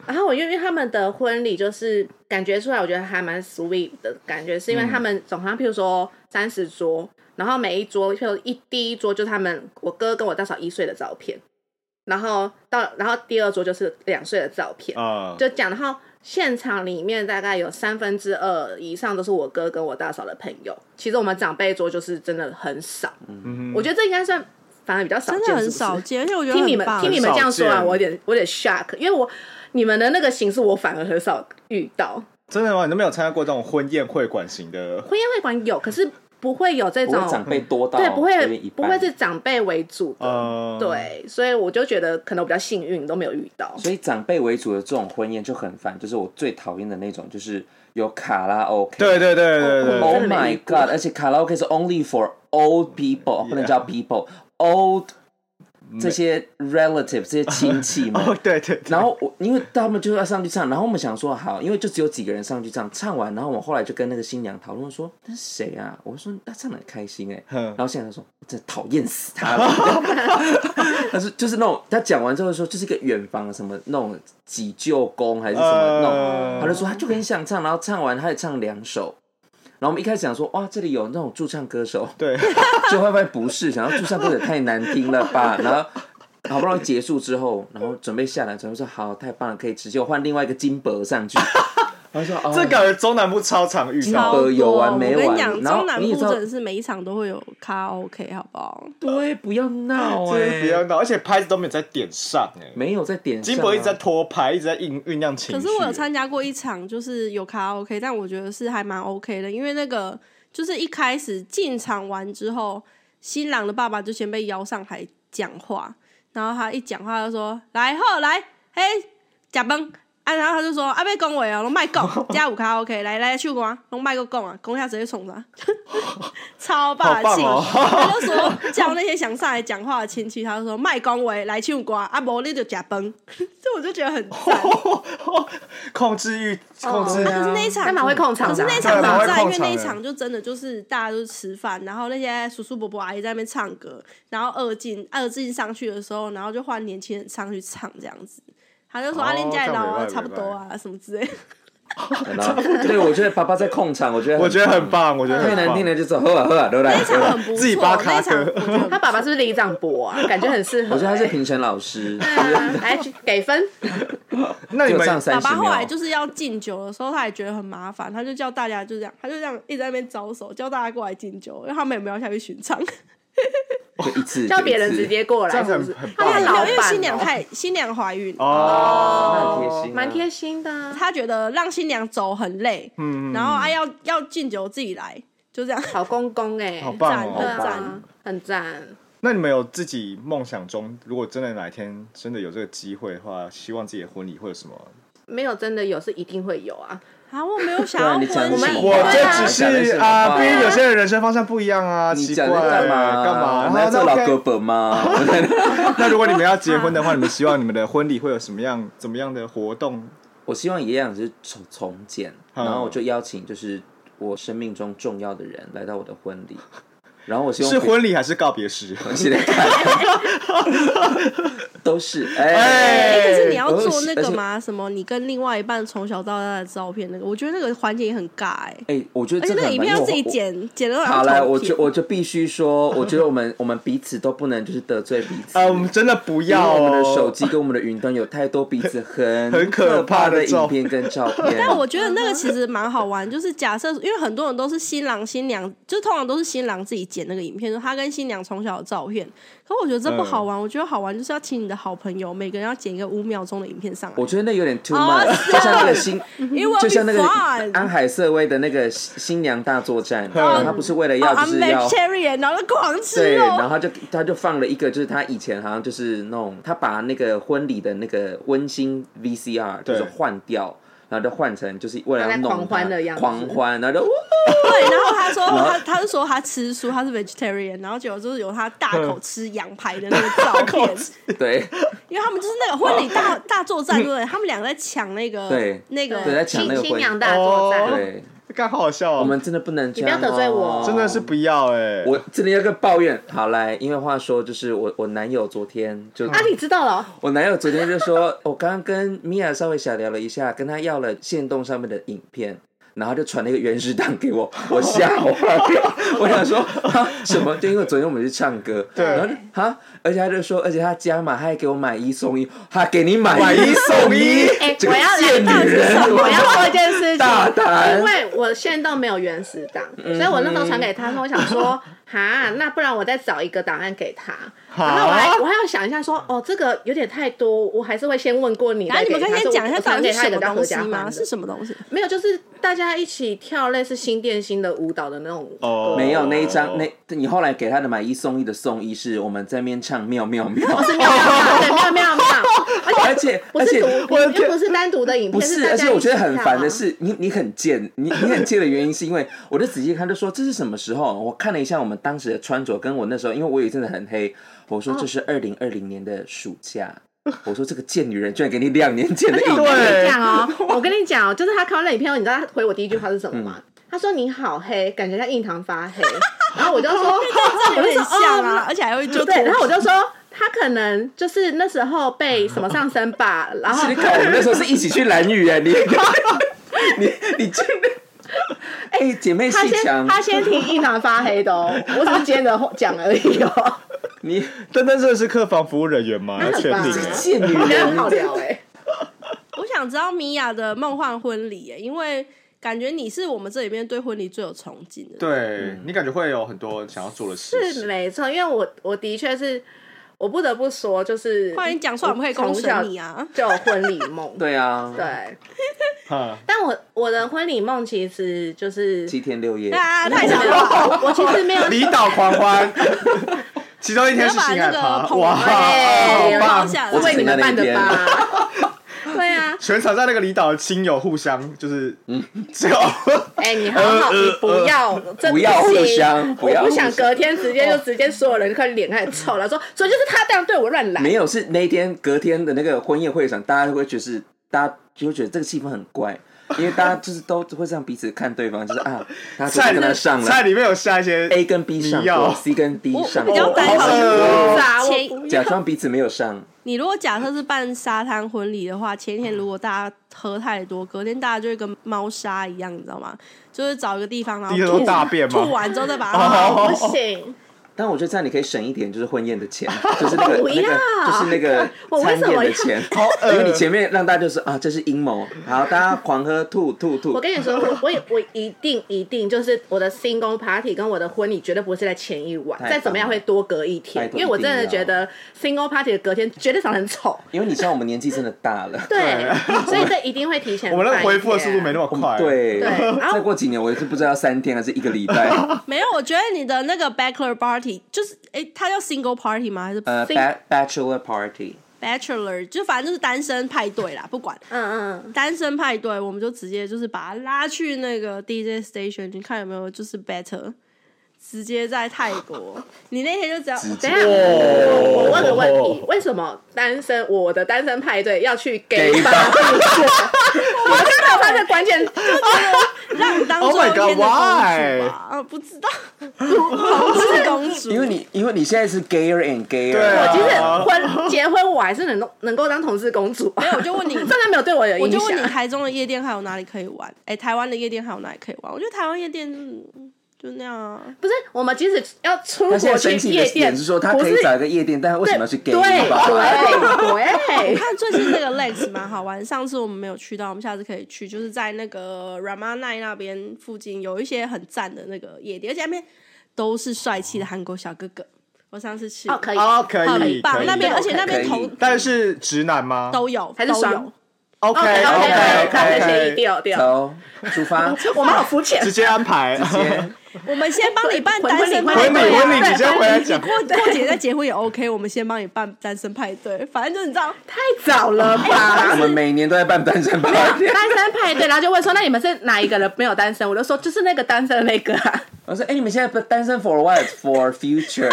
S1: 然后我因为他们的婚礼就是感觉出来，我觉得还蛮 sweet 的感觉，是因为他们总像譬如说三十桌，然后每一桌就一第一桌就是他们我哥跟我大嫂一岁的照片，然后到然后第二桌就是两岁的照片，
S2: 啊，
S1: 就讲，然后现场里面大概有三分之二以上都是我哥跟我大嫂的朋友，其实我们长辈桌就是真的很少，
S2: 嗯
S1: 我觉得这应该算反而比较少见，
S4: 真
S1: 是
S4: 的很
S1: 不是
S4: 少见，而且我觉得
S1: 听你们
S4: 很棒
S1: 听你们这样说
S2: 很少
S1: 啊，
S2: 见
S1: 我有点我有点 shock，因为我你们的那个形式我反而很少遇到，
S2: 真的吗？你都没有参加过这种婚宴会馆型的？
S1: 婚宴会馆有，可是不会有这
S3: 不会长
S1: 种。
S3: 辈多到
S1: 对，不
S3: 有点
S1: 会
S3: 一
S1: 不
S3: 半
S1: 会是长辈为主的，
S2: 呃，，
S1: 对，所以我就觉得可能我比较幸运，都没有遇到。
S3: 所以长辈为主的这种婚宴就很烦，就是我最讨厌的那种，就是有卡拉 OK。
S2: 对对对对对
S1: 哦
S3: Oh
S2: 对，
S1: 真的没
S3: my
S1: 遇过
S3: god！而且卡拉 OK 是 only for old people，不能叫 people，old 这些 relative 这些亲 戚们，
S2: 哦，对对对，
S3: 然后我因为他们就要上去唱，然后我们想说好，因为就只有几个人上去唱，唱完，然后我们后来就跟那个新娘讨论说，那是谁啊？我说他唱的很开心哎、
S2: 嗯
S3: 然后新娘说真的讨厌死他了， 他说就是那种他讲完之后说就是一个远房什么那种急救工还是什么那种，
S2: 嗯
S3: 他就说他就很想唱，然后唱完他也唱两首。然后我们一开始想说，哇，这里有那种驻唱歌手，
S2: 对，
S3: 就会不会不是？想要驻唱歌也太难听了吧？然后好不容易结束之后，然后准备下来，准备说好，太棒了，可以直接换另外一个金箔 上去。然后说哦，
S2: 这感觉中南部超常遇
S3: 好
S2: 到
S4: 超
S2: 的。
S3: 呃有完
S4: 多
S3: 没
S4: 我跟
S3: 完
S4: 你讲，
S3: 然后
S4: 中南
S3: 你也
S4: 部
S3: 知道
S4: 真的是每一场都会有卡拉 OK，好不好？
S3: 对，不要闹
S2: 这是
S3: 哎、
S2: 不要闹，而且拍子都没有在点上哎、
S3: 没有在点上啊、
S2: 金箔一直在拖拍，一直在酝酝酿情绪。
S4: 可是我有参加过一场，就是有卡拉 OK，但我觉得是还蛮 OK 的，因为那个就是一开始进场完之后，新郎的爸爸就先被邀上台讲话，然后他一讲话就说：“来后来，嘿，假崩。”啊，然后他就说：“啊，被恭维哦，龙 麦讲，加五卡拉 OK，来来去光，龙麦个讲啊，讲下直 接冲上，超霸
S2: 好棒
S4: 气。
S2: 哦
S4: 他就说叫那些想上来讲话的亲戚，他就说麦恭维来唱歌，啊，无你就假崩。 这我就觉得很赞。
S2: 控制欲，控制
S3: 对
S4: 啊，
S3: 啊
S4: 可是那一场
S1: 那蛮会控场
S4: 可
S1: 的
S4: 是
S1: 啊、
S4: 那一场
S2: 对蛮
S4: 很
S2: 会
S4: 赞，因
S2: 控
S4: 为
S2: 场的
S4: 那一场就真的就是大家都是吃饭，然后那些叔叔伯伯阿姨在那边唱歌，然后二进二进上去的时候，然后就换年轻人上去唱这样子。他就说：“
S2: 哦
S4: 阿林家也老啊，
S2: 这样没办法
S4: 差不多啊，什么之类。
S3: 然后对，我觉得爸爸在控场，我觉得
S2: 我觉得很棒，我觉得
S3: 太
S2: 很
S3: 难
S2: 棒
S3: 听。了，就是喝啊喝啊，都来。”
S4: 那一场很不错，
S2: 自己扒
S4: 那
S2: 卡
S4: 一场
S2: 歌
S4: 我觉得 很
S1: 他爸爸是不是李长博啊？感觉很适合、欸。
S3: 我觉得他是评审老师，
S1: 啊来去给 分，
S2: 那你
S3: 就
S2: 们
S3: 上三
S4: 爸
S3: 十
S4: 爸后来
S3: 秒。
S4: 就是要敬酒的时候，他也觉得很麻烦，他就叫大家就这样，他就这样一直在那边招手，叫大家过来敬酒，因为他们也没有下去巡 场。
S3: 就一次
S1: 叫别人直，接过
S2: 这
S1: 来，
S2: 样
S1: 是
S2: 很
S1: 不是
S2: 很？
S1: 他
S2: 棒
S1: 们
S4: 没
S1: 老
S4: 有，
S1: 板、
S4: 因为新娘
S1: 哦，
S4: 太新娘怀孕了
S2: 哦，
S3: 那很贴心啊
S1: 蛮贴心的啊、
S4: 他觉得让新娘走很累，
S2: 嗯
S4: 然后啊要要敬酒自己来，就这样。
S1: 好公公哎、
S2: 好
S1: 欸，
S2: 棒
S1: 对
S2: 哦！
S3: 好
S1: 啊
S3: 棒，
S1: 很赞。
S2: 那你们有自己梦想中，如果真的哪一天真的有这个机会的话，希望自己的婚礼会有什么？
S1: 没有真的有是一定会有啊，
S4: 啊，我没有想
S3: 对啊
S4: 要
S3: 你讲
S4: 婚
S1: 什
S4: 礼，
S1: 么
S2: 我
S1: 对啊
S2: 这只是啊，
S3: 讲的是什么
S2: 毕竟有些人人生方向不一样啊，
S3: 你
S2: 奇怪
S3: 讲的干嘛？
S2: 干
S3: 我
S2: 嘛？啊
S3: 们
S2: 那
S3: 要做老哥
S2: OK，
S3: 本吗？
S2: 那如果你们要结婚的话，你们希望你们的婚礼会有什么样怎么样的活动？
S3: 我希望一样是重重建，
S2: 嗯
S3: 然后我就邀请就是我生命中重要的人来到我的婚 礼，然后我希望
S2: 是婚礼还是告别式？
S3: 系 列看，都是哎，
S4: 哎，可是
S2: 哎
S4: 你要
S3: 我
S4: 做那
S3: 而
S4: 个
S3: 且
S4: 吗？什么？你跟另外一半从小到大的照片那个，我觉得那个环节也很尬哎、
S3: 哎，我觉得
S4: 而且
S3: 这个
S4: 那个影
S3: 很
S4: 片
S3: 难
S4: 要自己。
S3: 因为我
S4: 剪，剪了
S3: 我好了，我就我就必须说，我觉得我们 我们彼此都不能就是得罪彼此。
S2: 啊，我们真的不
S3: 因为
S2: 要
S3: 我们的手
S2: 哦。
S3: 机跟我们的云端有太多彼此很
S2: 很可
S3: 怕
S2: 怕的
S3: 影
S2: 照
S3: 片跟照片。
S4: 但我觉得那个其实蛮好玩， 就是假设，因为很多人都是新郎新娘，就是通常都是新郎自己剪那个影片，就是他跟新娘从小的照片。可我觉得这不好
S3: 嗯
S4: 玩，我觉得好玩就是要请你的好朋友，每个人要剪一个五秒钟的影片上来
S3: 我。觉得那有点 too
S4: 哦
S3: much，、就像那个新，
S4: It will
S3: 就像那
S4: be
S3: 个
S4: fun
S3: 安海瑟薇的那个新新娘大作战，
S2: 嗯
S3: 然后他不是为了
S4: 哦
S3: 要就
S4: I'm
S3: 是
S4: v e g
S3: 要
S4: e。t a r i a n 然后就狂吃
S3: 对，然后
S4: 肉。
S3: 他就他就放了一个，就是他以前好像就是那种，他把那个婚礼的那个温馨 VCR 就
S2: 对
S3: 是换掉，然后就换成就是为了要
S1: 他在
S3: 弄
S1: 狂欢
S3: 它
S1: 的样子
S3: 狂欢，然后就呜哦
S4: 对，然后他说他他就说他吃素，他是 vegetarian，然后结果就是有他大口吃羊排的那个照片，
S3: 对
S4: 因为他们就是那个婚礼大大作战，对不对？他们两个在抢那个
S3: 对
S4: 那个
S3: 对，在抢
S1: 新
S3: 那个
S1: 新
S3: 婚
S1: 娘大作战，
S2: 哦
S3: 对，
S2: 干好好笑哦！
S3: 我们真的不能这
S1: 不要
S3: 样、哦，
S1: 得罪我
S2: 真的是不要哎，
S3: 我真的要跟抱怨。好来，因为话说就是我我男友昨天
S2: 嗯
S3: 就
S1: 啊，你知道了，
S3: 我男友昨天就说，我刚刚跟米娅稍微小聊了一下，跟他要了线动上面的影片。然后就传了一个原始档给我，我吓坏了。 我想说哈什么？就因为昨天我们去唱歌，
S2: 对
S3: 然后就哈，而且他就说，而且他加码，他还给我买一送一，他给你买
S2: 买一送一
S1: 哎、
S3: 这
S1: 我
S3: 个
S1: 要
S3: 贱
S1: 来
S3: 女人，
S1: 我要说一件事情，
S3: 大胆嗯
S1: 因为我现在都没有原始档，所以我那时候传给他说，我想 说，哈，那不然我再找一个档案给他，然后我还我还要想一下说，哦，这个有点太多，我还是会先问过你。
S4: 然后你们
S1: 再
S4: 可
S1: 给
S4: 以
S1: 他
S4: 先讲一
S1: 所
S4: 下
S1: 以
S4: 到
S1: 我
S4: 底
S1: 给
S4: 是
S1: 他
S4: 什
S1: 一个
S4: 么
S1: 当
S4: 东
S1: 合
S4: 西
S1: 家欢
S4: 吗？
S1: 的
S4: 是什么东西？
S1: 没有，就是大家一起跳类似新电新的舞蹈的那种歌
S2: 哦
S3: 没有那一张，那你后来给他的买一送一的送一是我们在面唱妙妙妙，
S1: 是妙妙妙，对妙妙妙，而且
S3: 而且
S1: 不
S3: 而
S1: 是
S3: 且
S1: 独，
S2: 我的
S1: 又
S2: 天
S1: 不是单独的影
S3: 不
S1: 片，
S3: 是，
S1: 大
S3: 而
S1: 家
S3: 且我觉得
S1: 一起
S3: 很
S1: 看
S3: 烦的
S1: 啊
S3: 是，你你很贱，你你很贱的原因是因为我就仔细看，就说这是什么时候？我看了一下我们当时的穿着，跟我那时候，因为我有一阵子很黑，我说
S1: 哦
S3: 这是二零二零年的暑假，我说这个贱女人居然给你两年前的
S1: 而且我
S3: 影
S1: 跟
S3: 片，
S1: 你讲哦，我跟你讲哦，就是他看完那影片后，你知道他回我第一句话是什么吗？他说你好黑，感觉像印堂发黑。然后我就说，
S4: 有
S1: 我就
S4: 点
S1: 说
S4: 像
S1: 哦
S4: 啊，而且还会就
S1: 对，然后我就说他可能就是那时候被什么上身吧，然后
S3: 你看我们那时候是一起去蓝雨哎，你你你真的，哎，姐妹
S1: 他
S3: 戏
S1: 先
S3: 强，
S1: 他先提印堂发黑的哦，我只是接着讲而已哦，
S3: 你
S2: 但但这是客房服务人员吗？要
S1: 很
S2: 确
S1: 棒
S2: 定
S1: 啊
S2: 欸
S3: 贱女
S1: 我觉得
S3: 人。
S1: 很，好聊哎。
S4: 我想知道米娅的梦幻婚礼耶，因为感觉你是我们这里面对婚礼最有憧憬的。
S2: 对你感觉会有很多想要做的事
S1: 是
S2: 情。
S1: 没错，因为我我的确是，我不得不说，就是
S4: 快点讲出来，我们可以公审你啊！
S1: 就有婚礼梦
S3: 对啊，
S1: 对，
S2: 哈，
S1: 但我我的婚礼梦其实就是
S3: 七天六夜，
S4: 啊，太想
S1: 没有
S4: 了吧。
S1: 我其实没有
S2: 离岛狂欢，其中一天是性爱
S4: 你要把那
S2: 趴
S4: 个，捧
S2: 哇，好
S4: 哎
S2: 棒
S4: 放！下
S1: 是
S4: 来
S1: 为你们办的吧？对啊，
S2: 全场在那个离岛的亲友互相就是，
S3: 嗯
S2: 只有
S1: 哎、你好好，
S2: 呃
S1: 你不要，这
S3: 不要
S1: 行
S3: 互相不要
S1: 我
S3: 互
S1: 不想
S3: 相
S1: 隔天直接就直接所有人快脸开始臭了，说所以就是他这样对我乱来，
S3: 没有，是那一天隔天的那个婚宴会上，大家会觉得是，大家就会觉得这个气氛很怪，因为大家就是都会这样彼此看对方，就是 啊，他昨
S2: 菜
S3: 天跟他上
S2: 菜
S3: 了
S2: 里面有下一些
S3: A 跟 B 上
S2: 迷药
S3: 过，C 跟 D
S4: 我我
S3: 上
S4: 比较
S3: 过，
S4: 担
S2: 好
S4: 心
S2: 饿哦
S4: 是
S1: 啊我
S4: 前
S3: 假装彼此没有上，
S4: 你如果假设是办沙滩婚礼的话，前一天如果大家喝太多，隔天大家就会跟猫砂一样，你知道吗？就是找一个地方，然后
S2: 地上都
S4: 吐
S2: 大便吗
S4: 吐完之后再把
S2: 哦
S4: 它。
S1: 不行，
S3: 但我觉得这样你可以省一点，就是婚宴的 钱，就是那个
S1: 不
S3: 那个
S1: 要
S3: 就是那个
S1: 我为
S3: 餐
S1: 什么
S3: 宴
S1: 要哦呃
S3: 的钱，因为你前面让大家就是啊，这是阴谋，好，大家狂喝吐吐
S1: 我
S3: 吐，
S1: 跟你说，我我也我一定一定就是我的新宫 party 跟我的婚礼绝对不是在前一晚，
S3: 太棒
S1: 再怎么样会多隔一天
S3: 拜，托
S1: 因为我
S3: 一
S1: 真
S3: 定
S1: 的
S3: 要
S1: 觉得新宫 party 的隔天绝对长得很 丑，
S3: 因为你像我们年纪真的大了，
S1: 对，所以这一定会提 前。
S2: 我们那个回复的速度没那
S1: 么。
S2: 么快，，
S3: 对，
S1: 对然后
S3: 再过几年我也是不知道要三天还是一个 礼拜。
S4: 没有，我觉得你的那个 bachelor party 就是，诶，它叫 single party 吗？还是
S3: 呃
S1: Sing-
S3: ，ba- bachelor party，
S4: bachelor？就反正就是单身派对啦，不管
S1: 嗯嗯，
S4: 单身派对，我们就直接就是把它拉去那个 DJ station，你看有没有就是 better，直接在泰国，你那天就只要
S3: 直
S1: 等
S3: 接
S1: 一下，我我问个问题，为什么单身我的单身派对要去给
S3: Gay
S1: 吧
S3: bar
S1: 度过？ 我就找他的关 键，哦
S4: 让 你当
S2: Oh
S4: 做
S2: my
S4: 天的公
S2: God，
S4: 主吧
S2: why？
S4: 啊，不知道，同志公主，
S3: 因为你因为你现在是 gayer and gayer，
S2: 对啊
S1: 其实婚结婚我还是能够能够当同志公主啊，
S4: 没有，我就问你，
S1: 真的没有对我有
S4: 我
S1: 影
S4: 就问你，
S1: 响。
S4: 台中的夜店还有哪里可以玩？哎、台湾的夜店还有哪里可以玩？我觉得台湾夜店嗯就那 样啊，
S1: 不是，我们即使要出
S3: 他现
S1: 国去
S3: 在生气
S1: 夜
S3: 的
S1: 店，
S3: 点是说他可以找一个夜店，但他为什么要去 gay
S1: 对啊对
S3: bar？
S1: 对
S4: 你啊看最近那个 Lex 蛮好玩，上次我们没有去到，我们下次可以去，就是在那个 Ramanai 那边附近有一些很赞的那个夜店，而且那边都是帅气的韩国小哥哥。我上次去，
S1: 哦，可以，
S2: 哦，可以，
S4: 很
S2: 可
S4: 棒，
S2: 以
S4: 那边
S1: 可以
S4: 而且那
S3: 可
S4: 边
S3: 以
S4: 同
S2: 但是直男吗
S4: 都有，
S1: 还是
S4: 都
S1: 双
S4: 有。
S2: ？OK
S1: OK，看这些一
S2: OK，
S1: 掉掉，
S3: 走，出 发，直
S1: 我们好肤浅。
S2: 直接安排。
S1: 哎
S3: 接
S4: 我们先帮你办
S1: 婚
S4: 单身
S1: 婚
S4: 派
S2: 婚礼
S4: 对啊，
S2: 婚礼，你先回来讲。
S4: 过过节再结婚也 OK，我们先帮你办单身派对，反正就是你知道，
S1: 太早了
S3: 我
S1: 吧？
S3: 们每年都在办单身 party。
S1: 单身派对，然后就问说，那你们是哪一个人没有单身？我就说就是那个单身的那个啊。
S3: 我说，哎，你们现在不单身 for what？For future。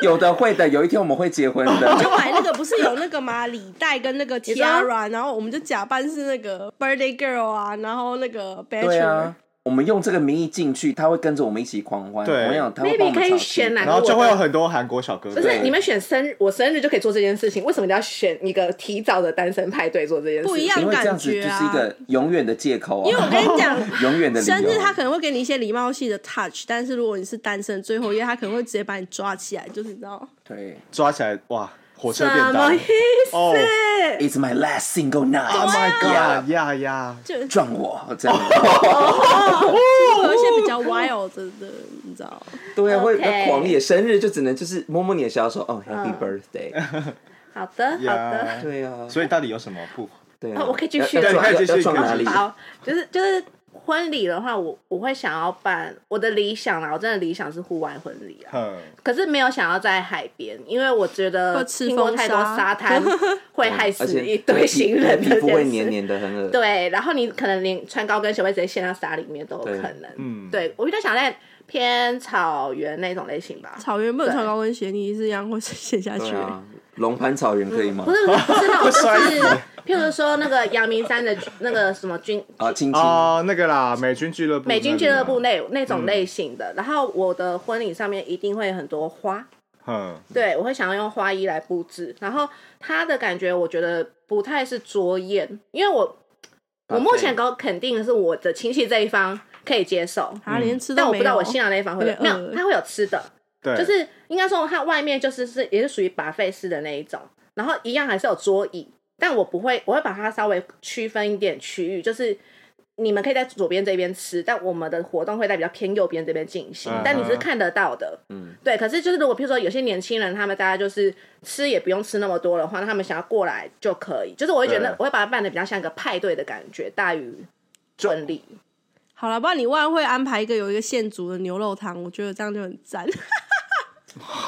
S3: 有的会的，有一天我们会结 婚的。
S1: 啊
S4: 就买那个不是有那个吗？礼袋跟那个
S1: 知 道
S4: tiara，然后我们就假扮是那个 birthday girl 啊，然后那个 bachelor，
S3: 对啊，我们用这个名义进去，他会跟着我们一起狂欢。
S2: 对
S3: 我想他会
S1: Maybe
S3: 帮我们
S1: 可
S3: 找
S1: 以
S3: 去
S1: 选哪
S2: 然
S1: 个？
S2: 后就会有很多韩国小哥
S1: 不
S2: 哥，
S1: 是你们选生日，我生日就可以做这件事情，为什么你要选一个提早的单身派对做这件事？
S4: 不一。样
S3: 因为这样
S4: 感
S3: 子
S4: 觉
S3: 就是一
S4: 啊。
S3: 个永远的借口啊。
S4: 因为我跟你讲，
S3: 永远的理由
S4: 生日他可能会给你一些礼貌性的 touch，但是如果你是单身，最后一夜他可能会直接把你抓起来，就是你知道，
S3: 对
S2: 抓起来哇，火车
S1: 什
S2: 便当
S1: 么意思？
S2: 哦
S3: ，It's my last single
S2: ，Oh
S3: night，
S2: my god，呀呀，
S4: 就就
S3: 撞我 这样，
S4: 会有一些比较 wild 的，你知道。
S3: 对啊，会
S1: OK
S3: 比较狂野。生日就只能就是摸摸你的小手，哦，Happy
S4: 嗯
S3: birthday，
S1: 好的，好的。
S2: 呀，
S3: 对啊，
S2: 所以到底有什么不？
S3: 对啊
S1: 哦，我可以继续
S3: 要
S1: 了
S3: 要撞
S2: 对你可以继续
S3: 要撞哪
S2: 可以
S3: 里
S2: 继续？
S1: 好，就是就是婚礼的话，我我会想要办我的理想啦，我真的理想是户外婚礼啊。
S2: 哼，
S1: 可是没有想要在海边，因为我觉 得
S4: 会吃
S1: 经过
S4: 风
S1: 太多
S4: 沙
S1: 沙 滩会害
S3: 嗯
S1: 死
S3: 而且
S1: 一堆行人
S3: 皮
S1: 这
S3: 肤会
S1: 件
S3: 黏
S1: 事。
S3: 黏的，很恶。
S1: 对，然后你可能连穿高跟鞋会直接陷到沙里面都有
S3: 对
S1: 可能。
S2: 嗯，，
S1: 对，我比较想在偏草原那种类型吧。
S4: 草原不能穿
S1: 对
S4: 高跟鞋，你是一样会陷下
S3: 对
S4: 去。
S3: 啊，龙盘草原可以吗
S4: 嗯
S1: 不？是不是不 是那种，就
S2: 摔
S1: 是
S2: 死
S1: 譬如说那个阳明山的那个什么军
S3: 啊，亲亲，
S2: 哦，那个啦，美军俱乐部那里啊，
S1: 美军俱乐部那那
S3: 嗯
S1: 种类型的。然后我的婚礼上面一定会很多花，
S2: 哼，
S1: 对我会想要用花衣来布置。然后它的感觉，我觉得不太是桌宴，因为我我目前高肯定是我的亲戚这一方可以接受，
S4: 啊，连吃
S1: 但
S4: 都
S1: 我
S4: 没
S1: 不知
S4: 有。
S1: 道我新郎那一方会不
S4: 有
S1: 会没
S4: 点饿
S1: 有，他会有吃的，
S2: 对，
S1: 就是应该说它外面就是是也是属于把费式的那一种，然后一样还是有桌椅，但我不会，我会把它稍微区分一点区域，就是你们可以在左边这边吃，但我们的活动会在比较偏右边这边进行，
S2: 嗯哼
S1: 但你只是看得到的，
S3: 嗯，
S1: 对。可是就是如果譬如说有些年轻人，他们大家就是吃也不用吃那么多的话，那他们想要过来就可以，就是我会觉得
S3: 对
S1: 我会把它办的比较像一个派对的感觉，大于婚礼。
S4: 好了，不然你万会安排一个有一个现煮的牛肉汤，我觉得这样就很赞。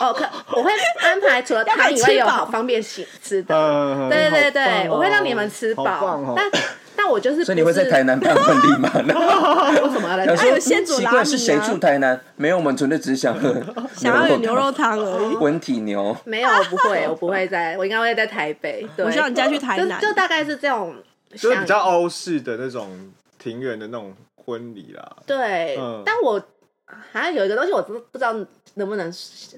S1: 哦，可我会安排除了
S4: 要买
S1: 汤以外
S4: 吃
S1: 有
S4: 饱
S1: 好方便洗吃的。
S2: 嗯，
S1: 对对对
S2: 好
S1: 对，
S2: 棒哦
S1: 我会让你们吃饱。
S2: 好棒哦
S1: 但但我就是不是，
S3: 所以你会在台南办婚礼吗？
S1: 为什么要来？
S3: 想
S1: 哎
S3: 说
S4: 哎有先煮
S3: 奇
S4: 拉
S3: 怪是
S4: 米
S3: 谁
S4: 啊
S3: 住台南？没有，我们纯粹只是想喝
S4: 想要有牛
S3: 肉
S4: 肉汤而 已
S3: 汤。文体牛。
S1: 没有，我不会，我不会在，我应该会在台北。对，
S4: 我希望你家去台南
S1: 就就大概是这种想，
S2: 就是比较
S3: 哦
S2: 欧式的那种庭院的那种婚礼啦。
S1: 对。
S2: 嗯
S1: 但我还有一个东西，我不不知道能不能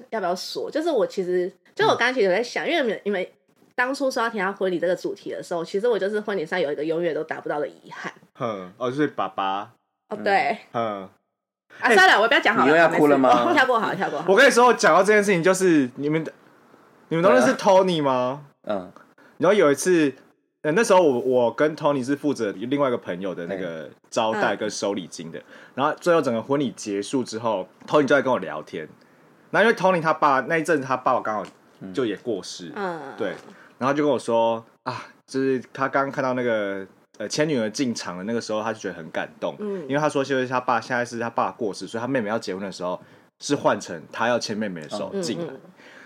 S1: 要不要说，就是我其实就我刚刚其实有在想，因为你们你们当初说要提到婚礼这个主题的时候，其实我就是婚礼上有一个永远都达不到的遗憾。
S2: 哼，哦，就是爸爸，
S1: 哦，
S3: 嗯
S1: 对，
S2: 哼。
S1: 啊，算了，我不要讲好了，
S3: 你又要
S1: 没事哦
S3: 哭了吗
S1: 跳过好了，跳过好了。
S2: 我跟你说，我讲到这件事情，就是你们你们都认识 Tony 吗？
S3: 嗯，
S2: 然后有一次，呃，那时候我我跟 Tony 是负责另外一个朋友的那个招待跟收礼金的。然后最后整个婚礼结束之后，Tony 就在跟我聊天。那因为 Tony 他爸那一阵子他爸刚好就也过世，
S1: 嗯，
S2: 对，然后就跟我说啊，就是他刚刚看到那个呃前女儿进场的那个时候，他就觉得很感动，
S1: 嗯
S2: 因为他说就是他爸现在是他爸过世，所以他妹妹要结婚的时候是换成他要牵妹妹的手
S1: 嗯，
S2: 进来。
S1: 嗯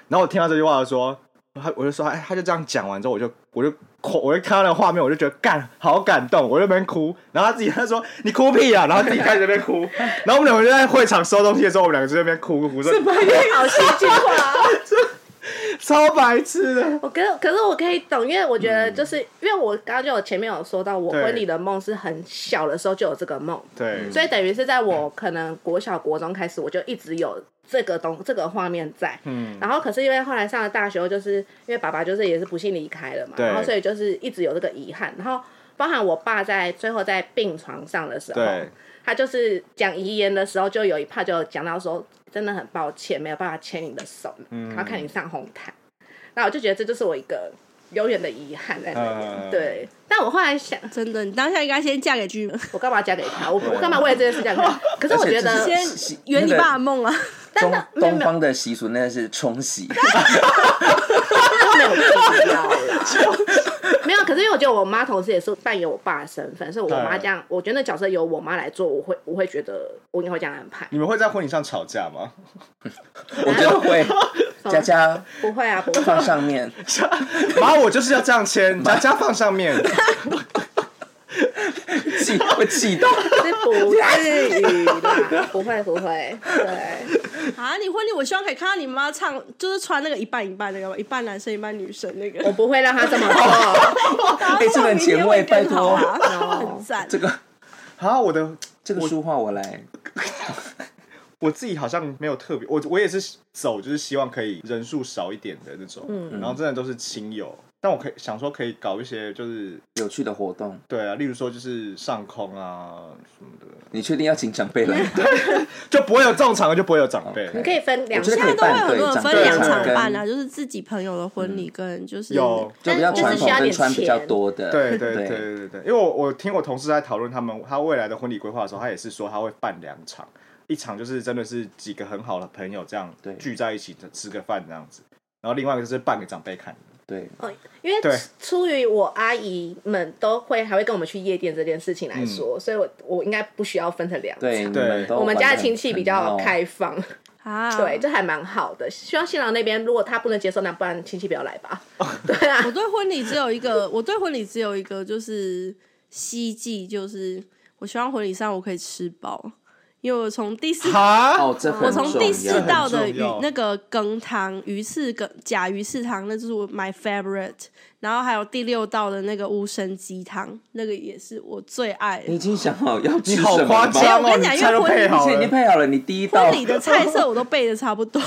S2: 然后我听到这句话的时候，他我就说，哎，他就这样讲完之后，我就我就哭，我就看到那个画面，我就觉得干好感动，我就在那边哭。然后他自己他说你哭屁啊，然后自己开始在那边哭。 然后我们两个就在会场收东西的时候，我们两个就在那边哭哭哭，说
S1: 好戏剧化哦。
S2: 超白痴的。
S1: 我可是可是我可以懂，因为我觉得就是、因为我刚刚就有前面有说到，我
S2: 嗯对嗯
S1: 婚礼的梦是很小的时候就有这个梦，
S2: 对，
S1: 所以等于是在我可能国小国中开始，我就一直有这个东这个画面在。
S2: 嗯，
S1: 然后可是因为后来上了大学，就是因为爸爸就是也是不幸离开了嘛，
S2: 对
S1: 然后所以就是一直有这个遗憾。然后包含我爸在最后在病床上的时候，
S2: 对，
S1: 他就是讲遗言的时候，就有一 part 就有讲到说，真的很抱歉，没有办法牵你的手，
S2: 嗯
S1: 然后看你上红毯，那我就觉得这就是我一个永远的遗憾在那边。
S2: 嗯
S1: 对，但我后来想，
S4: 真的，你当下应该先嫁给居民，
S1: 我干嘛嫁给
S2: 啊
S1: 他？我我干嘛为了这件事嫁给他？ 可是我觉得
S3: 而且这
S4: 先
S3: 是是
S4: 圆你
S3: 那个
S4: 爸的梦啊！
S1: 但
S3: 东
S1: 那没有
S3: 东方的习俗那是冲洗，
S1: 没有必要啦，没有。可是因为我觉得我妈同时也是扮演我爸的身份，所以我妈
S2: 对
S1: 这样，我觉得那角色由我妈来做，我会我会觉得我应该会这样安排。
S2: 你们会在婚礼上吵架吗？
S3: 我觉得会。佳佳
S1: 不会啊，不会。
S3: 放上面，
S2: 妈，我就是要这样签，家家放上面。
S3: 气会气到。
S1: 是不至于啦， 不会不会，对，
S4: 啊，你婚礼我希望可以看到你妈唱，就是穿那个一半一半那个，一半男生一半女生那
S1: 我
S4: 个。
S1: 不会让他这么 做。
S4: 哎
S3: 这个很前卫拜托
S4: 啊 很赞。
S3: 这个
S2: 啊，我的
S3: 这个书画我来，
S2: 我自己好像没有特别，我我也是走，就是希望可以人数少一点的那种，
S1: 嗯
S2: 然后真的都是亲友。但我可以想说，可以搞一些就是
S3: 有趣的活动，
S2: 对啊，例如说就是上空啊什么的，
S3: 你确定要请长辈来？
S2: 就不会有这种场合，就不会有长辈。
S1: 你
S3: OK
S1: 嗯可以分两
S3: 我觉得
S1: 项
S3: 可以
S4: 现在都会很多人分两场
S3: 对
S4: 办
S3: 对
S4: 啊，就是自己朋友的婚礼跟就是
S2: 有，
S3: 就比较传统跟穿比较多的。
S2: 对对对
S3: 对
S2: 对对对，因为我我听我同事在讨论他们他未来的婚礼规划的时候，他也是说他会办两场，一场就是真的是几个很好的朋友这样
S3: 对
S2: 聚在一起吃个饭这样子，然后另外一个就是办给长辈看的。
S3: 对，
S1: 因为
S2: 对
S1: 出于我阿姨们都会还会跟我们去夜店这件事情来说，所以我我应该不需要分成两
S3: 嗯对，
S1: 场
S3: 你们
S2: 对
S3: 都
S1: 我们
S3: 玩
S1: 家
S3: 得
S1: 的
S3: 很
S1: 亲戚比较，开放，
S4: 啊，
S1: 对，这还蛮好的。希望新郎那边如果他不能接受，那不然亲戚不要来吧。对啊，
S4: 我对婚礼只有一个，我对婚礼只有一个就是希冀，就是我希望婚礼上我可以吃饱，因为我从第四
S3: 很
S2: 哈，
S3: 哦，这很
S4: 我从第
S3: 重
S4: 四
S3: 要
S4: 道的
S2: 很
S4: 鱼
S2: 重要
S4: 那个羹汤鱼翅羹甲鱼翅汤，那就是我 my favorite。然后还有第六道的那个乌参鸡汤，那个也是我最爱的。
S3: 你已经想好要吃
S2: 你
S3: 什
S2: 好
S3: 么了
S2: 夸
S3: 吗？
S4: 没有
S2: 张哦，
S4: 我跟你讲
S2: 菜
S4: 因为
S2: 都
S4: 婚
S2: 配
S4: 礼
S2: 好
S3: 你已经
S2: 了。
S3: 配好了，你第一道
S4: 婚礼的菜色我都背的差 不多，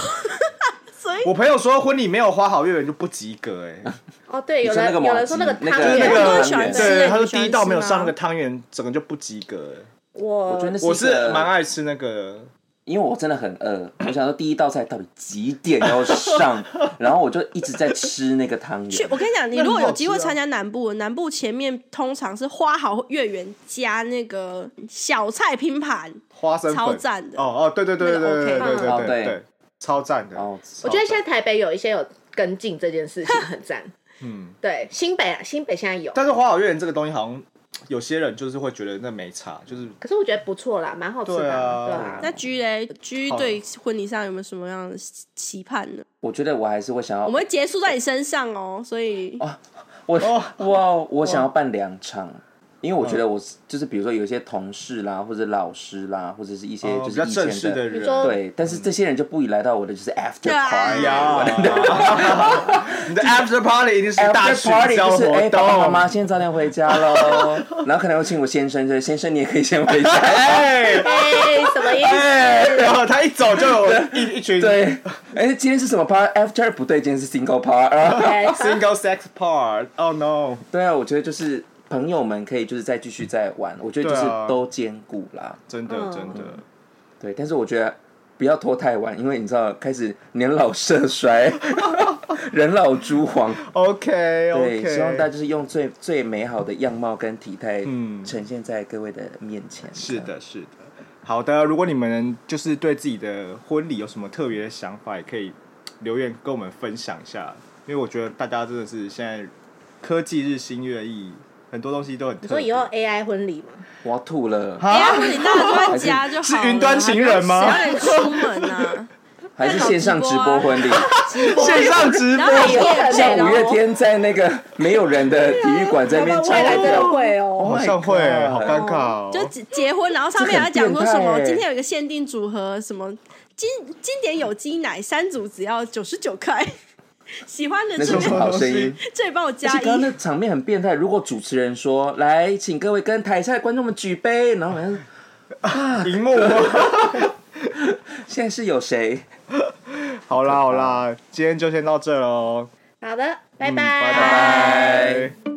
S2: 我朋友说婚礼没有花好月圆就不及格， 哎，
S1: 哦对，有
S3: 你说
S1: 人
S3: 那个
S1: 有
S3: 马
S1: 人
S3: 吉
S1: 说那个
S3: 那
S1: 汤
S3: 个
S1: 圆，
S2: 那
S4: 很多人喜
S2: 个
S4: 欢吃
S2: 对，
S4: 欸
S2: 他说
S4: 你喜
S2: 第
S4: 欢
S2: 一道没有
S4: 吃
S2: 上
S4: 吗
S2: 那个汤圆，整个就不及格。哎
S1: 我
S3: 我觉得那
S2: 我
S3: 一
S2: 是
S3: 个
S2: 蛮爱吃那个，
S3: 因为我真的很饿，我想说第一道菜到底几点要 上，然后我就一直在吃那个汤
S4: 去
S3: 圆，
S4: 我跟你讲，你
S2: 那很
S4: 如果
S2: 好
S4: 有
S2: 吃
S4: 机会
S2: 啊
S4: 参加南部，南部前面通常是花好月圆加那个小菜拼盘，
S2: 花生粉
S4: 超赞的
S2: 哦哦，对对对对
S4: 那个
S2: 对对
S4: OK
S2: 对
S3: 哦
S2: 对
S3: 对
S2: 对对，超赞的。
S3: 哦，
S1: 我觉得现在台北有一些有跟进这件事情，很 赞。
S2: 嗯，
S1: 对，新北啊，新北现在有，
S2: 但是花好月圆这个东西，好像有些人就是会觉得那没差，就是
S1: 可是我觉得不错啦，蛮好吃的，
S2: 对啊
S1: 对
S4: 那
S1: 啊。
S4: G 嘞，G
S2: 好
S4: 对婚礼上有没有什么样的期盼呢？
S3: 我觉得我还是会想要
S4: 我，们会结束在你身上哦，所以
S3: 我
S2: 哦嗯
S3: 哇，我想要办两场。因为我觉得我是就是，比如说有一些同事啦，或者老师啦，或者是一些
S2: 哦
S3: 就
S2: 比
S3: 是
S2: 较
S3: 以
S2: 正式
S3: 前
S2: 的
S3: 的，
S1: 比如
S2: 人，
S1: 说
S3: 对，但是这些人就不宜来到我的就是 after
S4: 对啊
S2: 哎
S3: party，
S2: 呀， 你的 after party 一定是
S3: after
S2: 大学
S3: party
S2: 交
S3: 就是哎、
S2: 活
S3: 爸爸妈妈
S2: 动。
S3: 先早点回家 喽，然后可能会请我先生，就是先生你也可以先回家。
S2: 哎
S1: 哎，什么意
S2: 哎，
S1: 思？
S2: 然后他一走就有一一群
S3: 对，哎、今天是什么 part？After 不对，今天是 single part 啊。
S1: 对
S2: single sex part。Oh no！
S3: 对啊，我觉得就是朋友们可以就是再继续再玩，我觉得就是
S2: 对啊
S3: 都兼顾啦。
S2: 真的
S1: 嗯
S2: 真的，
S3: 对，但是我觉得不要拖太晚，因为你知道开始年老色 衰，人老珠黄。
S2: OK
S3: 对
S2: OK，
S3: 希望大家就是用最最美好的样貌跟体态，
S2: 嗯
S3: 呈现在各位的面前。
S2: 是，的，是的。好的，如果你们就是对自己的婚礼有什么特别的想法，也可以留言跟我们分享一下，因为我觉得大家真的是现在科技日新月异，很多东西都很
S1: 你
S2: 特
S1: 说
S2: 别。
S1: 以后 AI 婚礼吗？
S3: 我要吐了，
S4: 哎呀，
S2: 啊，
S4: 婚礼大家都在家就好了啊
S2: 是云端情人 吗
S4: 谁要出门
S3: 哦
S4: 啊？
S3: 还是线上直播婚礼？
S2: 线上直播
S4: 然后还有夜
S3: 像
S4: 配
S3: 五月
S4: 哦，
S3: 天在那个没有人的体育馆在那边
S2: 啊
S1: 未
S3: 唱
S1: 来真
S3: 歌
S1: 的会哦。
S3: Oh
S2: 好
S3: my
S2: 像会，
S3: God
S2: 好尴尬哦。
S4: 就结结婚，然后上面还讲说什
S3: 这很
S4: 么
S3: 变态欸
S4: 今天有一个限定组合，什么经经典有机奶三组只要九十九块， 喜欢的
S3: 那是
S4: 这边
S3: 什么好声音？
S4: 这里帮我加
S3: 而且刚刚
S4: 一。
S3: 那场面很变态。如果主持人说“来，请各位跟台下的观众们举杯”，然后好 像
S2: 荧幕。
S3: 现在是有谁？
S2: 好啦好啦，今天就先到这喽，
S1: 好的，拜
S2: 嗯
S1: 拜
S2: 拜拜。